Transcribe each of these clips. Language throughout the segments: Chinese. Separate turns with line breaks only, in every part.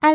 艾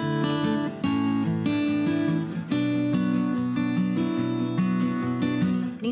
您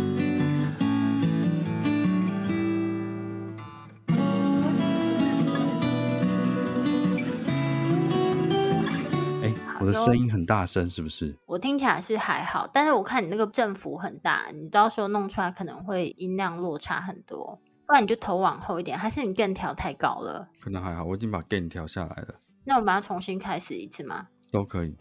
哎，我的声音很大声，是不是？
我听起来是还好，但是我看你那个振幅很大，你到时候弄出来可能会音量落差很多，不然你就头往后一点，还是你更调太高了？
可能还好，我已经把 gain 调下来了，
那我们要重新开始一次吗？
都可以。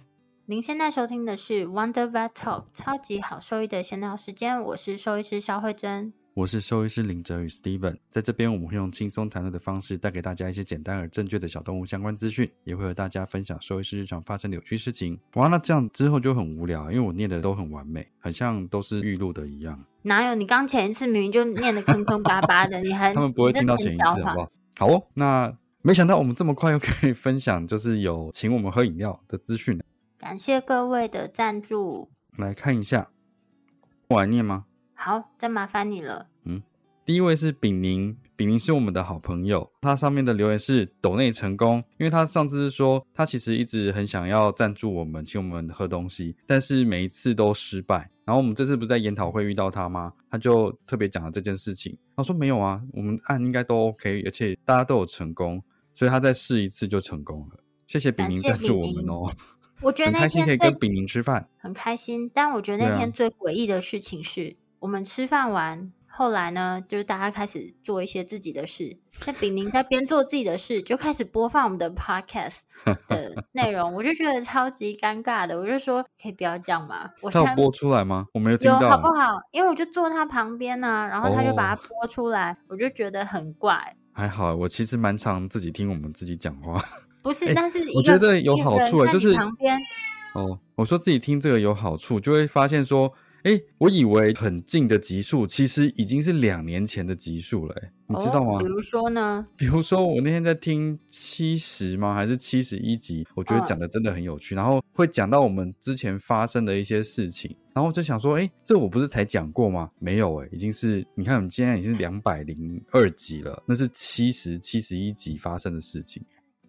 您现在收听的是 Wonder Vet Talk 超级好兽医的闲聊时间，我是兽医师肖慧珍。
我是兽医师林哲宇 Steven，在这边我们会用轻松谈论的方式带给大家一些简单而正确的小动物相关资讯，也会和大家分享兽医师日常发生的有趣事情。哇，那这样之后就很无聊，因为我念的都很完美，很像都是预录的一样。
哪有你刚前一次明明就念的坑坑巴巴的，哎你还
他们不会听到前一次，好不好？好哦，那没想到我们这么快又可以分享，就是有请我们喝饮料的资讯。
感谢各位的赞助，
来看一下，我来念吗？
好，再麻烦你了。
第一位是丙宁，丙宁是我们的好朋友，他上面的留言是抖内成功，因为他上次是说他其实一直很想要赞助我们，请我们喝东西，但是每一次都失败。然后我们这次不是在研讨会遇到他吗？他就特别讲了这件事情，他说没有啊，我们按应该都 OK，而且大家都有成功，所以他再试一次就成功了。谢谢丙宁
感
赞
谢
助我
丙
们
宁
哦，
我 觉得
很
那
开心
天
可以
最
跟丙宁吃饭。
很开心，但我觉得那
对啊
天最诡异的事情是、我们吃饭完，后来呢，就是大家开始做一些自己的事。像炳宁在边做自己的事，就开始播放我们的 podcast 的内容，我就觉得超级尴尬的。我就说，可以不要这样吗？我
他
现
有
在
播出来吗？我没有听
有
到哦
好不
啊。
好？因为我就坐他旁边呢、啊然后他就把它播出来，我就觉得很怪。
还好，我其实蛮常自己听我们自己讲话。
不是，
哎
但是
我
一
觉
个
得有
一个
好
人
处啊
在
就
你
是
旁边
哦，我说自己听这个有好处，就会发现说，哎，我以为很近的集数，其实已经是两年前的集数了，诶你知道吗
哦？比如说呢，
比如说我那天在听七十吗？还是七十一集？我觉得
嗯
讲的真的很有趣，然后会讲到我们之前发生的一些事情，然后我就想说，哎，这我不是才讲过吗？没有诶，已经是你看我们今天已经是两百零二集了，那是七十七十一集发生的事情，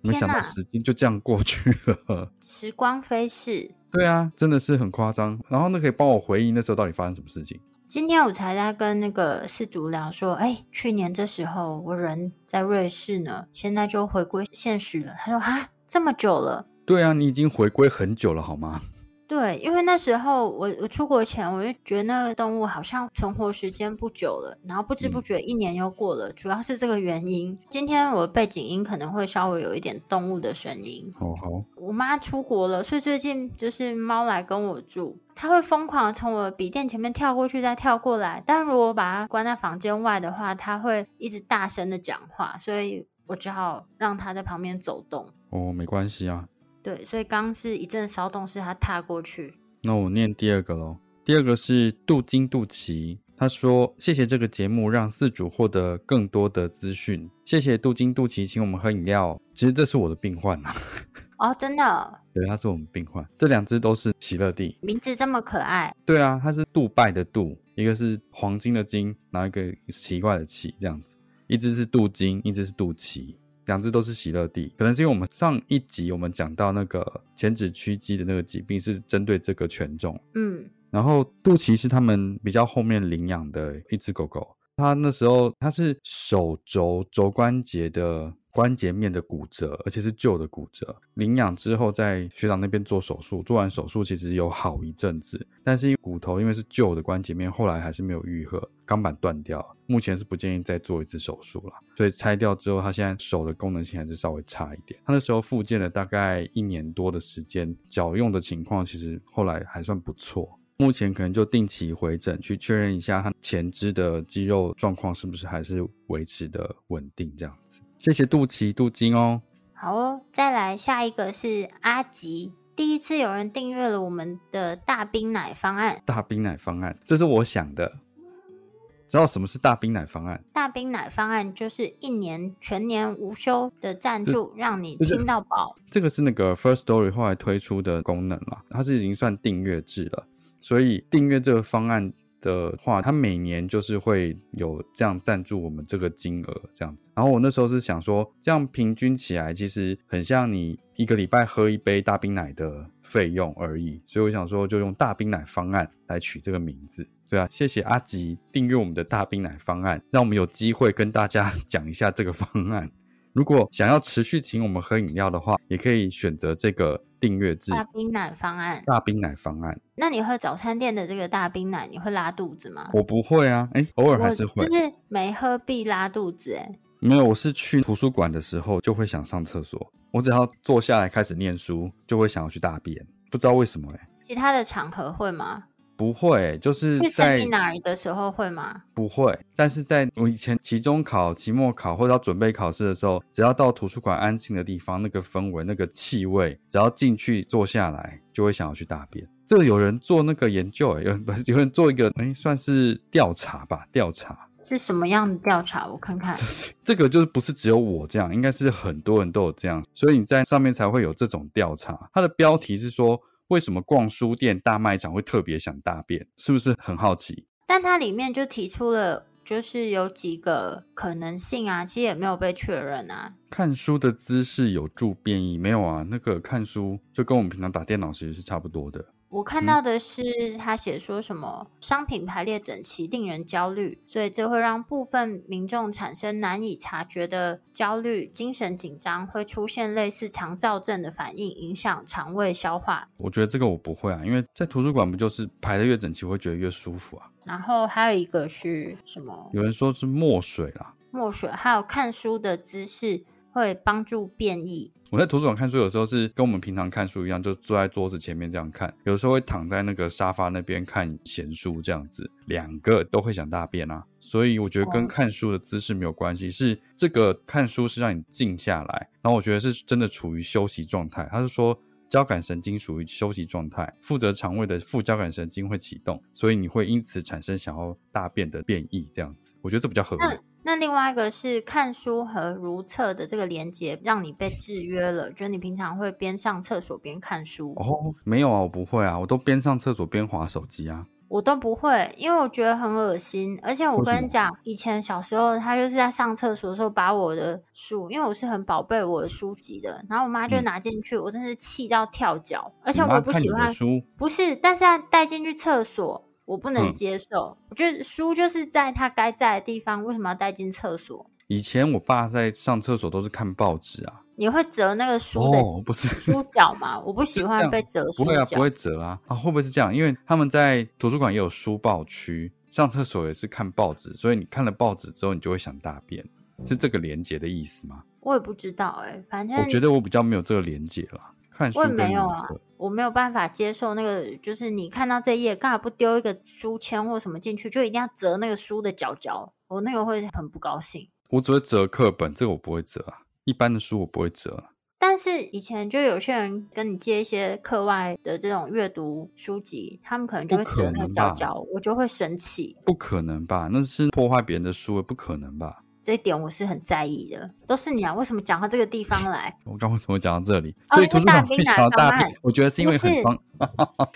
没
天
想到
哪
时间就这样过去了。
时光飞逝，
对啊，真的是很夸张。然后那可以帮我回忆那时候到底发生什么事情？
今天我才在跟那个四主聊说，哎、去年这时候我人在瑞士呢，现在就回归现实了。他说啊，这么久了。
对啊，你已经回归很久了，好吗？
对，因为那时候我我出国前，我就觉得那个动物好像存活时间不久了，然后不知不
嗯
觉一年又过了，主要是这个原因。今天我的背景音可能会稍微有一点动物的声音，
哦，好，
我妈出国了，所以最近就是猫来跟我住，它会疯狂地从我的笔电前面跳过去，再跳过来。但如果我把它关在房间外的话，它会一直大声的讲话，所以我只好让它在旁边走动。
哦，没关系啊。
对，所以刚刚是一阵骚动，是它踏过去。
那我念第二个喽。第二个是杜金杜奇，他说：“谢谢这个节目，让饲主获得更多的资讯。谢谢杜金杜奇，请我们喝饮料。其实这是我的病患啊，
哦，真的，
对，他是我们病患。这两只都是喜乐蒂，
名字这么可爱，
对啊，它是杜拜的杜，一个是黄金的金，然后一个奇怪的奇，这样子，一只是镀金，一只是镀奇，两只都是喜乐蒂。可能是因为我们上一集我们讲到那个前指屈肌的那个疾病是针对这个犬种，
嗯，
然后杜奇是他们比较后面领养的一只狗狗，他那时候他是手肘肘关节的关节面的骨折，而且是旧的骨折。领养之后，在学长那边做手术，做完手术其实有好一阵子，但是因为骨头因为是旧的关节面，后来还是没有愈合，钢板断掉，目前是不建议再做一次手术了。所以拆掉之后，他现在手的功能性还是稍微差一点。他那时候复健了大概一年多的时间，脚用的情况其实后来还算不错。目前可能就定期回诊，去确认一下他前肢的肌肉状况是不是还是维持的稳定这样子。谢谢肚脐、肚筋哦。
好哦，再来下一个是阿吉。第一次有人订阅了我们的大冰奶方案，
大冰奶方案，这是我想的。知道什么是大冰奶方案？
大冰奶方案就是一年全年无休的赞助，让你听到饱。
这个是那个 First Story 后来推出的功能啦，它是已经算订阅制了。所以订阅这个方案的话，它每年就是会有这样赞助我们这个金额这样子。然后我那时候是想说，这样平均起来其实很像你一个礼拜喝一杯大冰奶的费用而已。所以我想说，就用大冰奶方案来取这个名字。对啊，谢谢阿吉订阅我们的大冰奶方案，让我们有机会跟大家 讲一下这个方案。如果想要持续请我们喝饮料的话，也可以选择这个订阅制
大冰奶方案，
大冰奶方案。
那你喝早餐店的这个大冰奶，你会拉肚子吗？
我不会啊，哎，偶尔还
我
是会
就。是没喝必拉肚子、欸，
没有，我是去图书馆的时候就会想上厕所，我只要坐下来开始念书，就会想要去大便，不知道为什么哎、
其他的场合会吗？
不会，就是
去
在
seminar 的时候会吗？
不会，但是在我以前期中考、期末考或者要准备考试的时候，只要到图书馆安静的地方，那个氛围、那个气味，只要进去坐下来，就会想要去大便。这个有人做那个研究、欸，有人不 是有人做一个，哎，算是调查吧，调查。
是什么样的调查？我看看。
这个就是不是只有我这样，应该是很多人都有这样，所以你在上面才会有这种调查。它的标题是说为什么逛书店、大卖场会特别想大便，是不是很好奇？
但它里面就提出了，就是有几个可能性啊，其实也没有被确认啊。
看书的姿势有助便意没有啊？那个看书就跟我们平常打电脑其实是差不多的。
我看到的是他写说什么商品排列整齐令人焦虑，所以这会让部分民众产生难以察觉的焦虑、精神紧张，会出现类似肠燥症的反应，影响肠胃消化。
我觉得这个我不会啊，因为在图书馆不就是排的越整齐，我会觉得越舒服啊。
然后还有一个是什么
有人说是墨水啦，
墨水，还有看书的姿势会帮助变异。
我在图书馆看书，有时候是跟我们平常看书一样，就坐在桌子前面这样看；有时候会躺在那个沙发那边看闲书这样子，两个都会想大便啊。所以我觉得跟
哦
看书的姿势没有关系，是这个看书是让你静下来，然后我觉得是真的处于休息状态。他是说。交感神经属于休息状态，负责肠胃的副交感神经会启动，所以你会因此产生想要大便的便意，这样子，我觉得这比较合理。
那另外一个是看书和如厕的这个连接，让你被制约了，就是你平常会边上厕所边看书。
哦，没有啊，我不会啊，我都边上厕所边划手机啊。
我都不会，因为我觉得很恶心。而且我
为什
跟
么
你讲，以前小时候，他就是在上厕所的时候把我的书，因为我是很宝贝我的书籍的，然后我妈就
嗯
拿进去，我真是气到跳脚。而
而
且我也不
看你
喜欢
的，书，
不是，但是她带进去厕所，我不能
嗯
接受。我觉得书就是在它该在的地方，为什么要带进厕所？
以前我爸在上厕所都是看报纸啊。
你会折那个书的
哦， 不是，
书角嘛？我不喜
这
欢
样
被折
不
书
会啊，
角。
不会折啊。啊，会不会是这样？因为他们在图书馆也有书报区，上厕所也是看报纸，所以你看了报纸之后，你就会想大便，是这个连接的意思吗？
我也不知道哎、反正
我觉得我比较没有这个连接啦。看书
我也
跟
没有
如
啊
何
我没有办法接受那个，就是你看到这页，干嘛不丢一个书签或什么进去，就一定要折那个书的角角？我那个会很不高兴。
我只会折课本，这个我不会折啊。一般的书我不会折啊、
但是以前就有些人跟你借一些课外的这种阅读书籍，他们可能就
不
会
可
折那个
能
角
吧
角，我就会生气。
不可能吧？那是破坏别人的书，不可能吧？
这一点我是很在意的。都是你啊，为什么讲到这个地方来？
我刚为什么讲到这里？
哦因
所以
为
图书馆
大
会
兵
想
拿
到大
方
便
案，
我觉得是因为
不
很
是
方，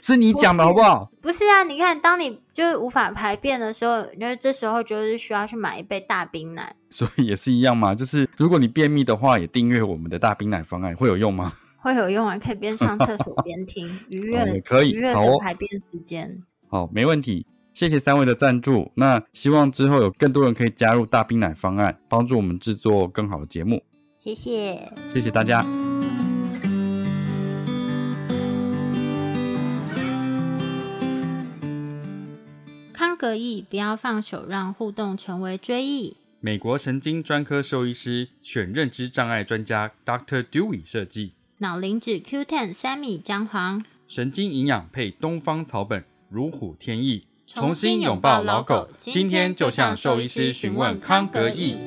是你
不
讲的好不
是
好？
不是啊，你看，当你就是无法排便的时候，就是这时候就是需要去买一杯大冰奶。
所以也是一样嘛，就是如果你便秘的话，也订阅我们的大冰奶方案会有用吗？
会有用啊，可以边上厕所边听，愉
哦也
悦
可以
愉悦
好哦
的排便时间。
好，没问题。谢谢三位的赞助。那希望之后有更多人可以加入大冰奶方案，帮助我们制作更好的节目。
谢谢。
谢谢大家。
康格义不要放手，让互动成为追忆。
美国神经专科兽医师选认知障碍专家 Dr. Dewey 设计，
脑磷脂 Q10 三米姜黄，
神经营养配东方草本，如虎添翼。
重新拥抱老狗。今天就向兽医师询问康格义。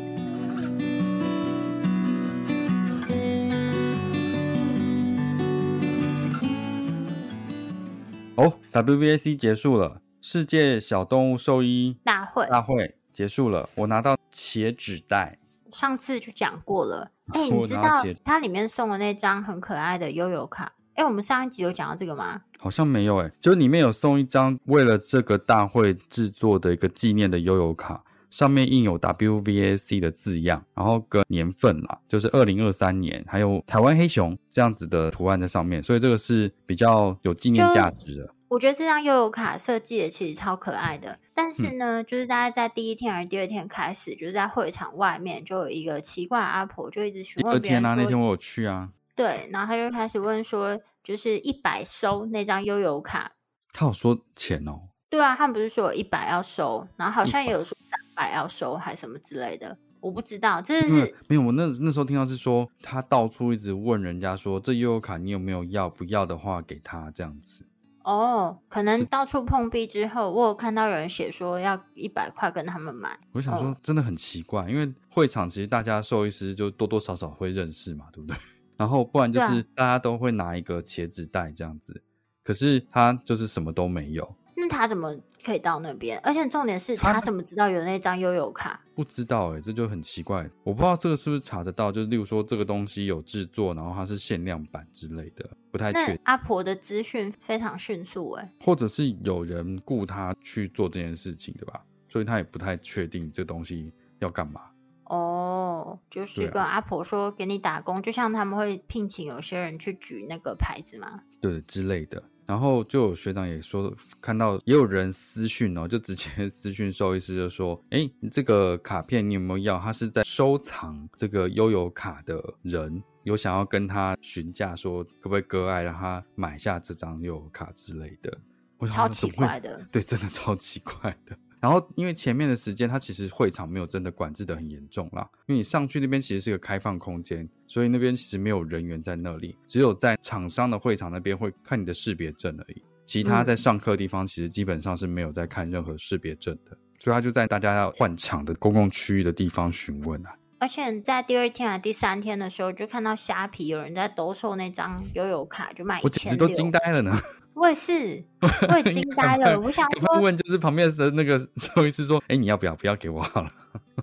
哦，WVAC 结束了，世界小动物兽医
大会
大会结束了，我拿到茄纸袋。
上次就讲过了。哎、
我
你知
了
道
解
它里面送的那张很可爱的悠游卡？哎、我们上一集有讲到这个吗？
好像没有诶、就里面有送一张为了这个大会制作的一个纪念的悠游卡，上面印有 WVAC 的字样，然后跟年份啦，就是二零二三年，还有台湾黑熊这样子的图案在上面，所以这个是比较有纪念
就
价值的。
我觉得这张悠游卡设计的其实超可爱的，但是
嗯
呢，就是大家在第一天还是第二天开始，就是在会场外面就有一个奇怪的阿婆就一直询
第二
问别人
天啊，那
说
天我有去啊，
对，然后他就开始问说，就是一百收那张悠游卡，
他有说钱哦，
对啊，他们不是说有一百要收，然后好像也有说三百要收，还什么之类的，我不知道，这
没有
是
没有，我那那时候听到是说他到处一直问人家说这悠游卡你有没有要，不要的话给他这样子。
哦，可能到处碰壁之后，我有看到有人写说要一百块跟他们买，
我想说，真的很奇怪，因为会场其实大家兽医师就多多少少会认识嘛，对不对？ 然后不然就
对啊
是大家都会拿一个茄子袋这样子，可是他就是什么都没有，
那他怎么可以到那边？而且重点是
他
他怎么知道有那张悠游卡？
不知道哎、这就很奇怪。我不知道这个是不是查得到，就是例如说这个东西有制作，然后它是限量版之类的，不太确
那阿婆的资讯非常迅速哎、
或者是有人雇他去做这件事情的吧，所以他也不太确定这东西要干嘛。
哦，就是
对啊
跟阿婆说给你打工，就像他们会聘请有些人去举那个牌子嘛。
对之类的。然后就有学长也说，看到也有人私讯哦，就直接 私讯兽医师就说：“哎，你这个卡片你有没有要？他是在收藏这个悠游卡的人，有想要跟他询价说可不可以割爱让他买下这张悠游卡之类的。”我想
超
说
奇
啊怎么会
怪的
对，真的超奇怪的。然后因为前面的时间，它其实会场没有真的管制的很严重啦，因为你上去那边其实是个开放空间，所以那边其实没有人员在那里，只有在厂商的会场那边会看你的识别证而已。其他
嗯
在上课的地方，其实基本上是没有在看任何识别证的，所以他就在大家要换场的公共区域的地方询问啊。
而且在第二天啊、第三天的时候，就看到虾皮有人在兜售那张悠游卡，就卖一
我简
千
直都惊
哎六。
呆了呢！
我也 是，我也惊呆了。我想
赶快
说，
问就是旁边的那个兽医师说：“哎，你要不要？不要给我好了。”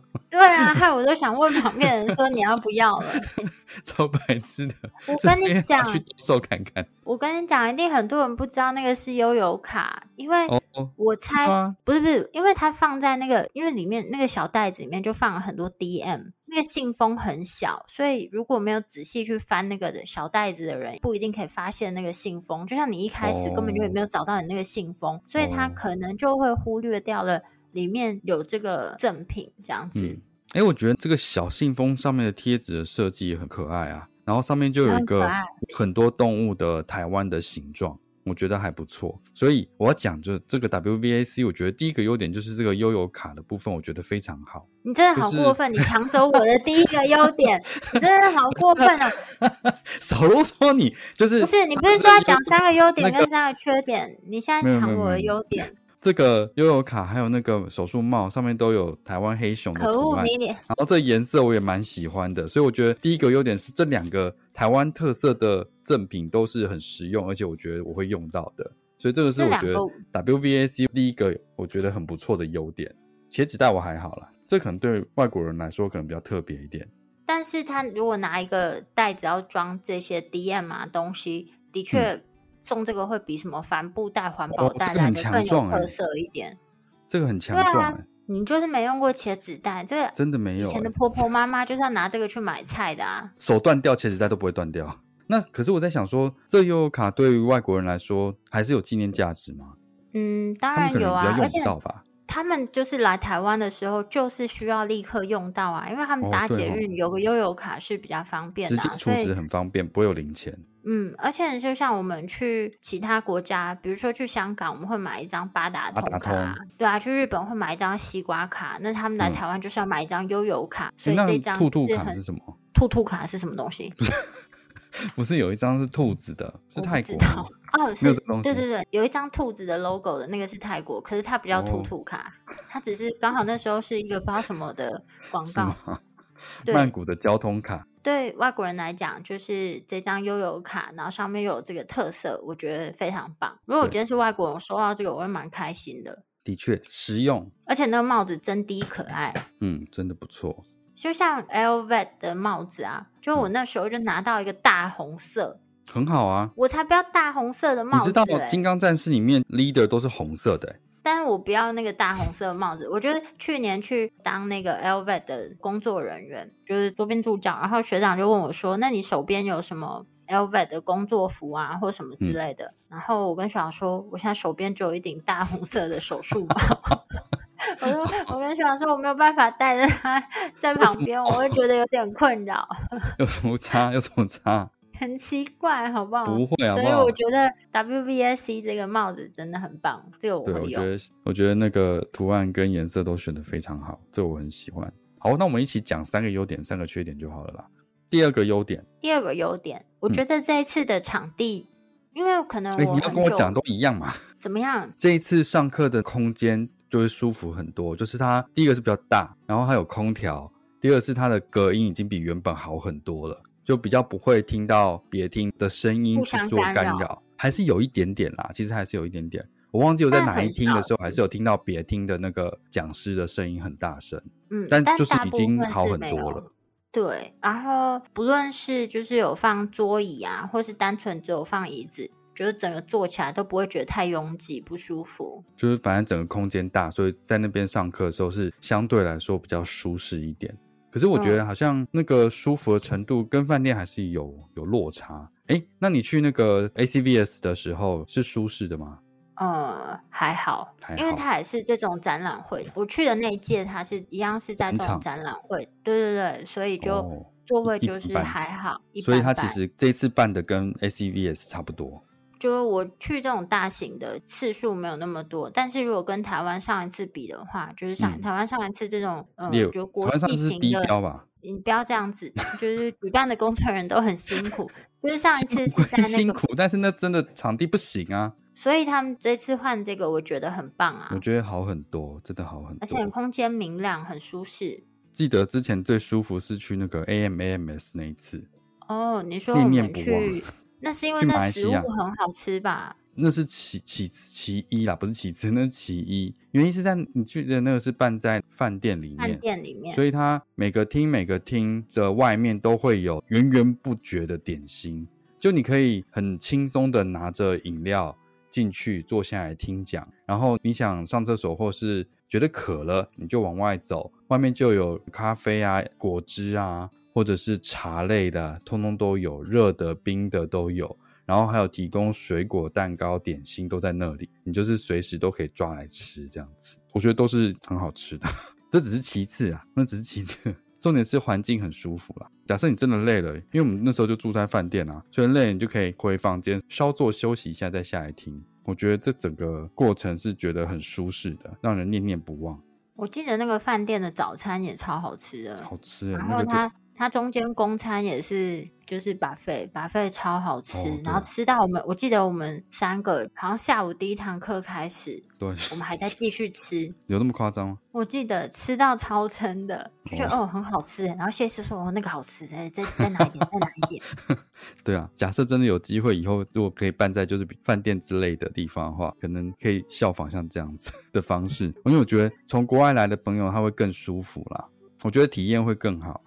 对啊，害我都想问旁边的人说你要不要 了。
超白痴的。
我
这
跟
边
你
要
讲，
去接受看看
我跟你讲，一定很多人不知道那个是悠游卡，因为
哦。哦
我
是
猜
吗
不是不是，因为它放在那个，因为里面那个小袋子里面就放了很多 DM，那个信封很小，所以如果没有仔细去翻那个的小袋子的人，不一定可以发现那个信封。就像你一开始根本就也没有找到你那个信封，所以他
哦
可能就会忽略掉了里面有这个赠品这样子。
嗯，哎、我觉得这个小信封上面的贴纸的设计也很可爱啊，然后上面就有一
很可
个
爱
很多动物的台湾的形状。我觉得还不错，所以我要讲就是这个 WVAC，我觉得第一个优点就是这个悠游卡的部分，我觉得非常好。
你真的好
就是
过分！你抢走我的第一个优点，你真的好过分啊！
少啰嗦你，就是
不是你不是
这
说要
个
讲三个优点
那
跟三个缺点，你现
没
在
有
抢
没有
我的
没有
优点，
这个悠游卡还有那个手术帽上面都有台湾黑熊的
可
图
恶！
案，
你脸
然后这颜色我也蛮喜欢的，所以我觉得第一个优点是这两个台湾特色的赠品都是很实用，而且我觉得我会用到的，所以这个是
这
我
两
觉
个
得 WVAC 第一个我觉得很不错的优点。茄子带我还好啦，这可能对外国人来说可能比较特别一点。
但是他如果拿一个袋子要装这些 DM 啊东西，的确送这个会比什么帆布袋、环保
嗯哦这
袋
个
来
很
的
强
更有
壮欸
特色一点。
这个很强
对啊
壮、欸，
你就是没用过茄子蛋，这个
真的没
以
有、
前的
欸，
婆婆妈妈就是要拿这个去买菜的啊。
手断掉茄子带都不会断掉。那可是我在想说，这悠游卡对于外国人来说还是有纪念价值吗？
嗯，当
他
然
们可
有
能比
啊，
较
而
用
且
不到吧？
他们就是来台湾的时候，就是需要立刻用到啊，因为他们
哦
搭
对
捷
哦
运、有个悠游卡是比较方便
直
的、
接
啊，
储
所以
值很方便，不会有零钱。
嗯，而且就像我们去其他国家，比如说去香港，我们会买一张八达
八达
通卡啊，对啊，去日本会买一张西瓜卡，那他们来
嗯
台湾就是要买一张悠游卡，所
诶
以这
那
张
兔兔
是
卡
很
是什么？
兔兔卡是什么东西？
不是有一张是兔子的，是
我不
泰
知
国
道
吗？
哦，
没有
是
这东西
对对对，有一张兔子的 logo 的那个是泰国，可是它不叫
哦
兔兔卡，它只是刚好那时候是一个不知道什么的广
是
告。
吗？曼
对，
谷的交通卡，
对外国人来讲，就是这张悠游卡，然后上面又有这个特色，我觉得非常棒。如果我
对
今天是外国人，我收到这个我会蛮开心的，
的确实用，
而且那个帽子真低可爱。
嗯，真的不错。
就像 Elvet 的帽子啊，就
嗯
我那时候就拿到一个大红色，
很好啊。
我才不要大红色的帽
你
子、欸！
知道《金刚战士》里面 leader 都是红色的欸、
但是我不要那个大红色的帽子。我觉得去年去当那个 Elvet 的工作人员，就是桌边助教，然后学长就问我说：“那你手边有什么 Elvet 的工作服啊，或什么之
嗯
类的？”然后我跟学长说：“我现在手边只有一顶大红色的手术帽。” 我说，我跟学长说，我没有办法带着它在旁边，我会觉得有点困扰，
有什么差？ 有什么差？
很奇怪，好不好？
不会啊
哦
好
所
不
以我
好？
觉得 WVSC 这个帽子真的很棒，这个我
对，
会
我觉
用。
得我觉得那个图案跟颜色都选的非常好，这我很喜欢。好，那我们一起讲三个优点，三个缺点就好了啦。第二个优点，
第二个优点，我
嗯
觉得这一次的场地，因为可能
哎、
嗯我
你要
很
跟我
久
讲都一样嘛。
怎么样，
这一次上课的空间就会舒服很多，就是它第一个是比较大，然后它有空调；第二是它的隔音已经比原本好很多了，就比较不会听到别厅的声音
互
去
相
做
干
干
扰
扰，还是有一点点啦，其实还是有一点点。我忘记我在
但
哪一
很
厅的
少
时候，还是有听到别厅的那个讲师的声音很大声，
嗯，
但
但
就是
大
已
部
经
分
好
是
很
没
多
有
了。。
对，然后不论是就是有放桌椅啊，或是单纯只有放椅子，就是整个坐起来都不会觉得太拥挤不舒服。
就是反正整个空间大，所以在那边上课的时候是相对来说比较舒适一点。可是我
嗯
觉得好像那个舒服的程度跟饭店还是有有落差。哎，那你去那个 ACVS 的时候是舒适的吗？
呃，还好，
还
因为
好
它也是这种展览会，我去的那一届它是一样是在这
展
种
场
展览会，对对对，所以就、
哦
座位
一
就
般
是
般
还好，一
所以它
般
其
般
实这次办的跟 ACVS 差不多。
就是我去这种大型的次数没有那么多，但是如果跟台湾上一次比的话，就是上、
嗯
台湾上一次这种，嗯、
也有
就
台
国
湾上
际
次是
型
低
的，
标吧？
你不要这样子，就是举办的工作人员都很辛苦，就是上一次是
辛
在
苦
那
辛
个，
苦，但是那真的场地不行啊，
所以他们这次换这个，我觉得很棒啊
我，觉得好很多，真的好很
而
多。
且空间明亮，很舒适。
记得之前最舒服是去那个 AMAMS 那一次，
哦，你说我
念念
们
不忘
去， 那是因为
去马
那
来西
食物
亚
很好吃吧？
那是其其其一啦，不是其次，那是其一。原因是在你去的那个是办在饭店里
饭
面，
店里面
所，以它每个厅每个厅的外面都会有源源不绝的点心，就你可以很轻松的拿着饮料进去坐下来听讲，然后你想上厕所或是觉得渴了，你就往外走，外面就有咖啡啊、果汁啊，或者是茶类的，通通都有，热的、冰的都有。然后还有提供水果、蛋糕、点心都在那里，你就是随时都可以抓来吃这样子，我觉得都是很好吃的。这只是其次啊，那只是其次，重点是环境很舒服啦。假设你真的累了，因为我们那时候就住在饭店啊，所以累了你就可以回房间稍作休息一下再下来听。我觉得这整个过程是觉得很舒适的，让人念念不忘，
我记得那个饭店的早餐也超好吃的，
好吃、欸。
然
那
后
个就
它它中间公餐也是就是把费把费超好吃，然后
哦对
吃到我们我记得我们三个好像下午第一堂课开始，
对，
我们还在继续吃。
有那么夸张吗？
我记得吃到超撑的，就觉得
哦
哦很好吃耶，然后谢师说哦那个好吃，再再再拿一点，再拿一点。
对啊，假设真的有机会以后，如果可以办在就是饭店之类的地方的话，可能可以效仿像这样子的方式，因为我觉得从国外来的朋友他会更舒服啦，我觉得体验会更好。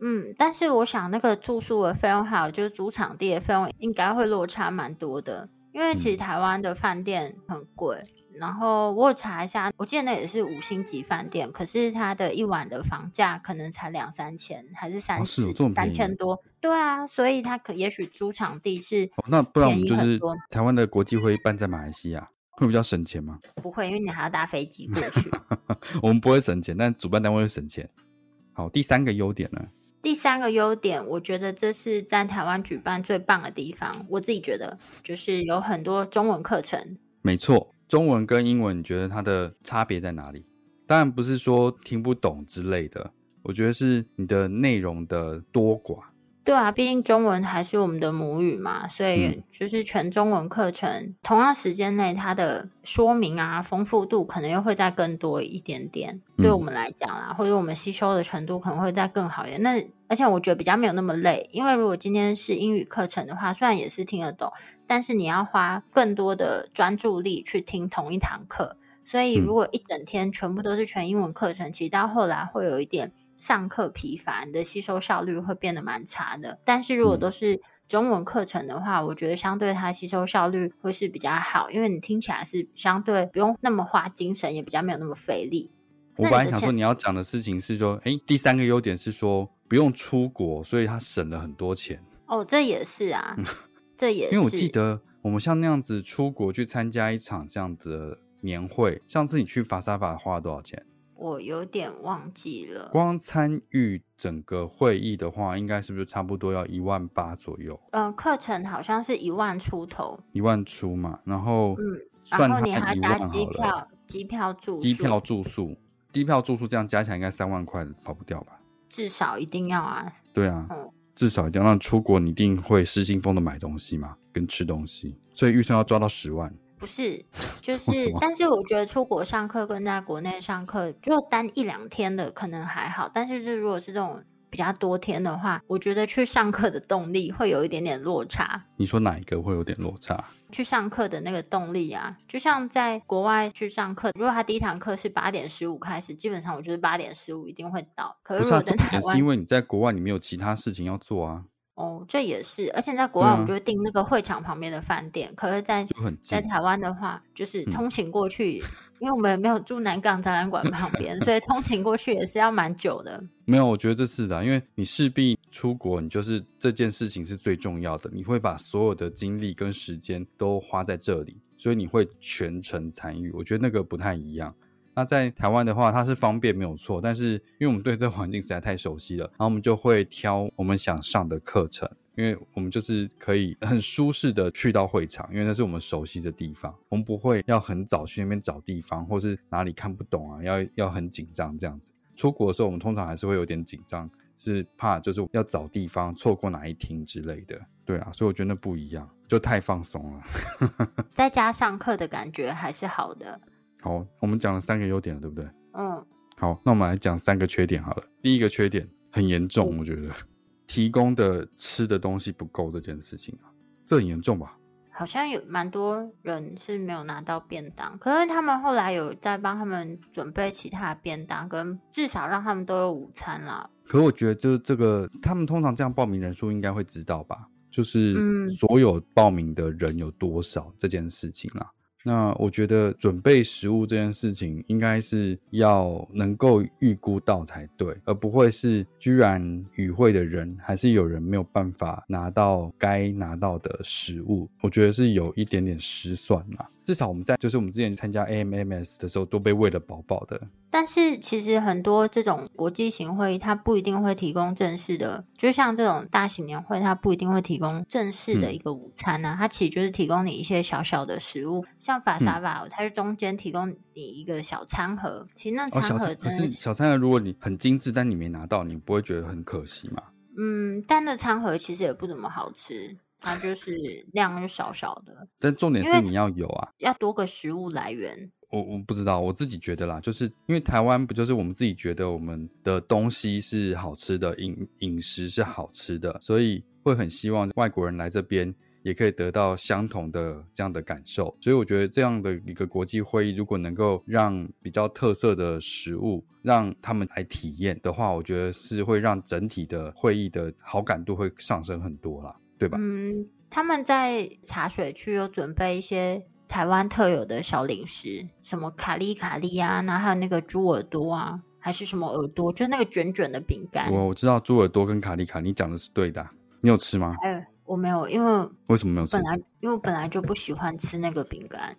嗯，但是我想那个住宿的费用还有就是租场地的费用应该会落差蛮多的，因为其实
嗯
台湾的饭店很贵。然后我有查一下，我记得那也是五星级饭店，可是它的一晚的房价可能才两三千，还是三
是哦
四
这么便
三
宜
千多。对啊，所以它可也许租场地是
哦，那不然我
便
们
宜
就
很
是
多
台湾的国际会议办在马来西亚，会比较省钱吗？
不会，因为你还要搭飞机过去。
我们不会省钱，但主办单位会省钱。好，第三个优点呢？
第三个优点，我觉得这是在台湾举办最棒的地方。我自己觉得，就是有很多中文课程。
没错，中文跟英文，你觉得它的差别在哪里？当然不是说听不懂之类的，我觉得是你的内容的多寡。
对啊，毕竟中文还是我们的母语嘛，所以
嗯
就是全中文课程，同样时间内它的说明啊丰富度可能又会再更多一点点。对我
嗯
们来讲啦，或者我们吸收的程度可能会再更好一点。那而且我觉得比较没有那么累，因为如果今天是英语课程的话，虽然也是听得懂，但是你要花更多的专注力去听同一堂课。所以
嗯
如果一整天全部都是全英文课程，其实到后来会有一点上课疲乏，你的吸收效率会变得蛮差的。但是如果
嗯
都是中文课程的话，我觉得相对它吸收效率会是比较好，因为你听起来是相对不用那么花精神，也比较没有那么费力。
我
那
本
你
来
的
想说
前
你要讲的事情是说，哎，第三个优点是说不用出国，所以它省了很多钱。
哦，这也是啊，这也是。
嗯因为我记得我们像那样子出国去参加一场这样子的年会，上次你去法沙法花了多少钱？
我有点忘记了，
光参与整个会议的话，应该是不是差不多要一万八左右，
嗯、课程好像是一万出头，
一万出嘛？然后
嗯，
算
然后
它
你还要
一
加
万
机
好了，
票、机票住
机票
宿，
住宿，机票住宿这样加起来应该三万块跑不掉吧？
至少一定要啊。
对啊，
嗯
至少一定要让出国，你一定会失心疯的买东西嘛，跟吃东西，所以预算要抓到十万。
不是， 就
为什
是
么，
但是我觉得出国上课跟在国内上课，就单一两天的可能还好，但是就如果是这种比较多天的话，我觉得去上课的动力会有一点点落差。
你说哪一个会有点落差？
去上课的那个动力啊，就像在国外去上课，如果他第一堂课是八点十五开始，基本上我觉得八点十五一定会到。可
不
是如
是、啊，
果在
重
台
点是
湾
因，为你在国外，你没有其他事情要做啊，
哦，这也是，而且在国
对
外
啊
我们就会订那个会场旁边的饭店，可是在，
就很
在
近。啊
台湾的话，就是
嗯
通勤过去，因为我们没有住南港展览馆旁边，所以通勤过去也是要蛮久的。
没有，我觉得这是的啊、因为你势必出国，你就是这件事情是最重要的，你会把所有的精力跟时间都花在这里，所以你会全程参与。我觉得那个不太一样。那在台湾的话，它是方便没有错，但是因为我们对这环境实在太熟悉了，然后我们就会挑我们想上的课程，因为我们就是可以很舒适的去到会场，因为那是我们熟悉的地方，我们不会要很早去那边找地方，或是哪里看不懂啊，要要很紧张这样子。出国的时候，我们通常还是会有点紧张，是怕就是要找地方错过哪一厅之类的。对啊，所以我觉得那不一样，就太放松了。
在家上课的感觉还是好的。
好，我们讲了三个优点了，对不对？
嗯，
好，那我们来讲三个缺点好了。第一个缺点很严重，我觉得提供的吃的东西不够这件事情啊，这很严重吧？
好像有蛮多人是没有拿到便当，可是他们后来有在帮他们准备其他的便当，跟至少让他们都有午餐啦。
可我觉得就是这个，他们通常这样报名人数应该会知道吧？就是
嗯
所有报名的人有多少这件事情啦。那我觉得准备食物这件事情，应该是要能够预估到才对，而不会是居然与会的人还是有人没有办法拿到该拿到的食物，我觉得是有一点点失算啦。至少我们在就是我们之前参加 AMMS 的时候，都被喂得饱饱的，
但是其实很多这种国际型会议，它不一定会提供正式的，就像这种大型年会，它不一定会提供正式的
嗯
一个午餐啊，它其实就是提供你一些小小的食物，像
嗯
法沙瓦，它是中间提供你一个小餐盒，其实那
哦，小
餐盒
餐可
真的是
是小餐盒，如果你很精致，但你没拿到，你不会觉得很可惜吗？
嗯，但那餐盒其实也不怎么好吃，它就是量就少少的，
但重点
因
是
为
你要有啊，
要多个食物来源。
我我不知道，我自己觉得啦，就是因为台湾不就是我们自己觉得我们的东西是好吃的，饮饮食是好吃的，所以会很希望外国人来这边也可以得到相同的这样的感受。所以我觉得这样的一个国际会议，如果能够让比较特色的食物让他们来体验的话，我觉得是会让整体的会议的好感度会上升很多啦，对吧？
嗯，他们在茶水区有准备一些台湾特有的小零食，什么卡利卡利啊，然后还有那个猪耳朵啊，还是什么耳朵，就是那个卷卷的饼干。
我我知道猪耳朵跟卡利卡，你讲的是对的啊、你有吃吗？
还有哎我没有，因为
为什么没有吃
本？来因为我本来就不喜欢吃那个饼干，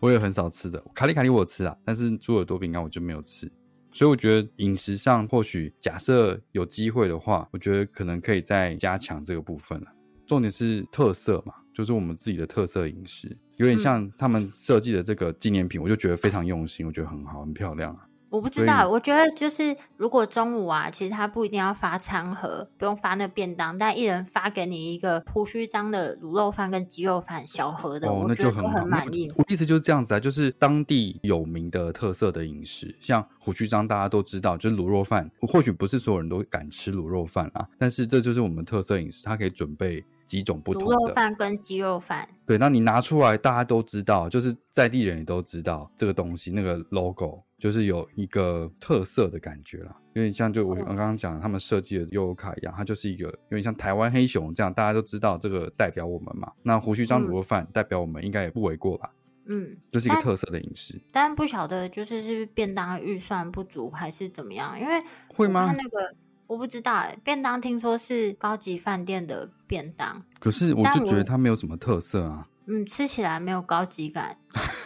我也很少吃的，卡里卡里我有吃啊，但是猪耳朵饼干我就没有吃。所以我觉得饮食上，或许假设有机会的话，我觉得可能可以再加强这个部分了。重点是特色嘛，就是我们自己的特色饮食，有点
嗯
像他们设计的这个纪念品，我就觉得非常用心，我觉得很好，很漂亮啊。
我不知
所以
道。我觉得就是如果中午啊，其实他不一定要发餐盒，不用发那便当，但一人发给你一个胡须章的卤肉饭跟鸡肉饭小盒的，
哦，
我
那
觉
就
得
很
都
好。
很
那
满意。
我的意思就是这样子啊，就是当地有名的特色的饮食，像胡须章大家都知道，就是卤肉饭。或许不
嗯
是所有人都敢吃卤肉饭啊，但是这就是我们特色饮食，它可以准备几种不同
卤肉
的。
饭跟鸡肉饭，
对，那你拿出来，大家都知道，就是在地人也都知道这个东西，那个 logo 就是有一个特色的感觉啦，有点像就我
嗯
我刚刚讲的他们设计的悠游卡一样，它就是一个有点像台湾黑熊这样，大家都知道这个代表我们嘛。那胡须章卤
嗯
肉饭代表我们，应该也不为过吧？
嗯，
就是一个
但
特色的饮食，
但不晓得就是是不是便当预算不足还是怎么样，因为
会
我
吗
看？那个我不知道、欸，便当听说是高级饭店的便当，
可是我
但
就觉得
我
它没有什么特色啊。
嗯，吃起来没有高级感。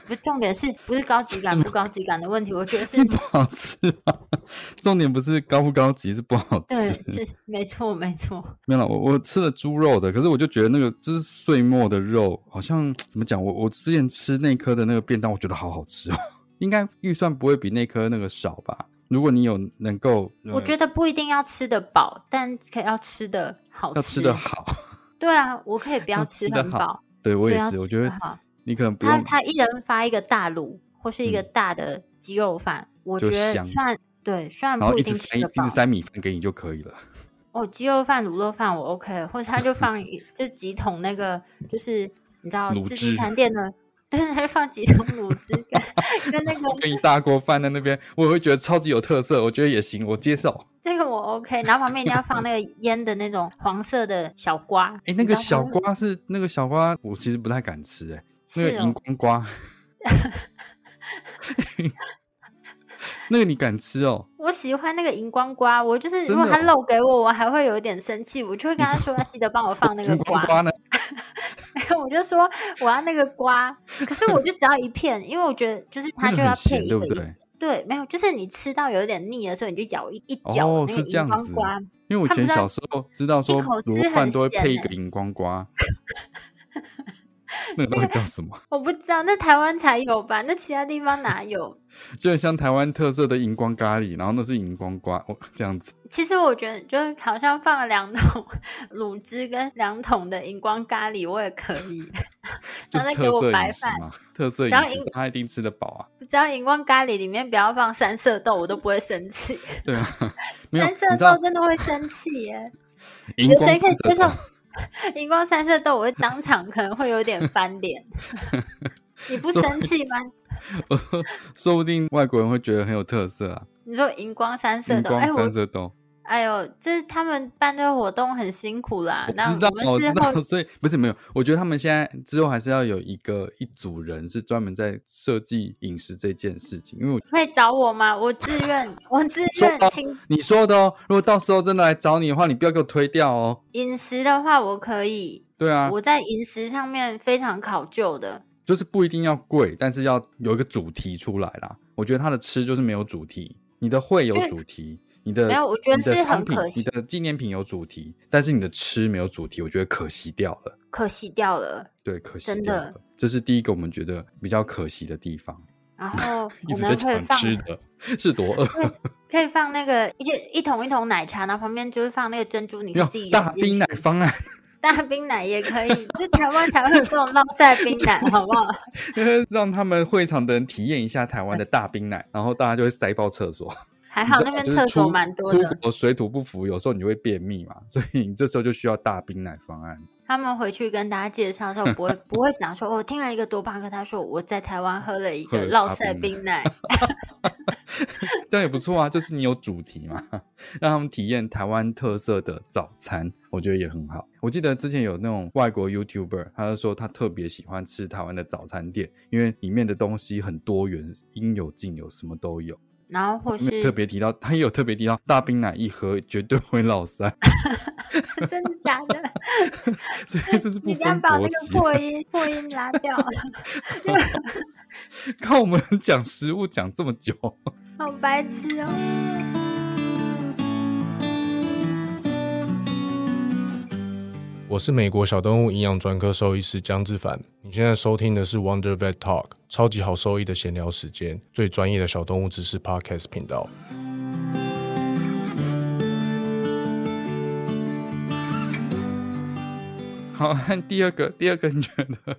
不，重点是不是高级感不高级感的问题？我觉得是
是不好吃啊！重点不是高不高级，是不好
对，
吃。
是没错没错。
没有啦，我我吃了猪肉的，可是我就觉得那个就是碎末的肉，好像怎么讲？我我之前吃那颗的那个便当，我觉得好好吃哦。 应该预算不会比那颗那个少吧？如果你有能够，呃
我觉
得
得不一定要吃得饱，但可以要吃的好
要
吃。
吃的好，
对啊，我可以不
要
吃
吃得
很
好
饱，
对我也
对要
是，我
吃
觉
得
得
好
你可能不
他
用
他一人发一个大卤或是一个
嗯
大的鸡肉饭，我
就
觉得
香
虽然对虽然
然
不
后一直
定
塞
吃
一
得
直
饱
塞米饭给你就可以了。
哦，鸡肉饭、卤肉饭我 OK，或者他就放 一就几桶那个就是你知道
卤
自助
汁
餐店的，对，他就放几桶卤汁跟跟那个
跟一大锅饭在那边，我也会觉得超级有特色，我觉得也行，我接受。
这个我 OK，然后旁边一定要放那个腌的那种黄色的小瓜，
哎、
你
那
知
个
道吗
小瓜是那个小瓜，我其实不太敢吃、哎，那
是
个
哦
荧，光瓜，那个你敢吃哦？
我喜欢那个荧光瓜，我就是如
真
果
的
他
哦
漏给我，我还会有一点生气，我就会跟他说，记得帮我 放那个
荧光瓜呢？
我就说我要那个瓜，可是我就只要一片，因为我觉得就是它
那
就
个
要
很
配
咸，
一
对
个
不
一
对？
对没有，就是你吃到有点腻的时候，你就咬一一角
哦
那
是
个
这
荧
样
光
子
瓜，
因为我以
它不
前
但
小时候知道说
一口
卤
吃
肉饭
很
都会
咸
配一个
欸
荧 光瓜，那个到底叫什么？
我不知道那台湾才有吧？那其他地方哪有？
就很像台湾特色的荧光咖喱，然后那是荧光瓜，哦，这样子。
其实我觉得就是好像放了两桶 卤汁跟两桶的荧光咖喱，我也可以。
就
然后
是
再给
特
我
色
白
饮食
饭
嘛，特色饮
只要
食
荧，
大家一定吃得饱啊。
只要荧光咖喱里面不要放三色豆，我都不会生气。
对啊，没有，
三
你
色
知道
豆真的会生气耶！
荧
有
光
谁可以
三
接
色
受
豆
荧光三色豆？我会当场可能会有点翻脸。 你不生气吗？
说不定外国人会觉得很有特色啊。
你说荧光三色
荧
豆，
光
哎我
三色豆，
哎呦，这是他们办这个活动很辛苦啦。
我
啊那
知道，
们
我
事
知
后
道，所以不是没有。我觉得他们现在之后还是要有一个一组人是专门在设计饮食这件事情，因为我
可以找我吗？我自 愿，我自
说
愿
吧
请
你说的哦，如果到时候真的来找你的话，你不要给我推掉哦。
饮食的话，我可以。
对啊，
我在饮食上面非常考究的，
就是不一定要贵，但是要有一个主题出来啦。我觉得他的吃就是没有主题，你的会有
就
主题，你的
没有我觉得
你的
是很
商品
可惜
你的纪念品有主题，但是你的吃没有主题，我觉得可惜掉了。
可惜掉了。
对，可惜
真
掉
的
了，这是第一个我们觉得比较可惜的地方。
然后
一
可
直在
能可以
讲
放
吃的，是多饿？
可以放那个一一桶一桶奶茶，然后旁边就是放那个珍珠，你
没有
是自己
大
舀进
冰
去
奶方案，
大冰奶也可以， 这台湾才会有这种烙晒冰奶，好 不好？
让他们会场的人体验一下台湾的大冰奶，然后大家就会塞爆厕所。
还
你
好
知
那
道
边
就是嗯
厕所
出
蛮多
出
的，
国水土不服，有时候你会便秘嘛，所以你这时候就需要大冰奶方案。
他们回去跟大家介绍的时 候，不会不会讲说，我、哦听了一个多巴哥，他说我在台湾喝了一
喝
个
了
烙
大
晒
冰
冰奶，
这样也不错啊，就是你有主题嘛，让他们体验台湾特色的早餐，我觉得也很好。我记得之前有那种外国 YouTuber，他就说他特别喜欢吃台湾的早餐店，因为里面的东西很多元，应有尽有，什么都有。
然后或
没有
是
特别提到，他也有特别提到大冰奶一喝绝对会 落腮，
真的假的？
所以这是不
你这样
分
把
国
那
籍
个
的。
破 音 破音拉掉，
看我们讲食物讲这么久，
好白痴哦。
我是美国小动物营养专科兽医师江志凡。你现在收听的是 Wonder Vet Talk，超级好兽医的闲聊时间，最专业的小动物知识 Podcast 频道。
好，看第二个，第二个你觉得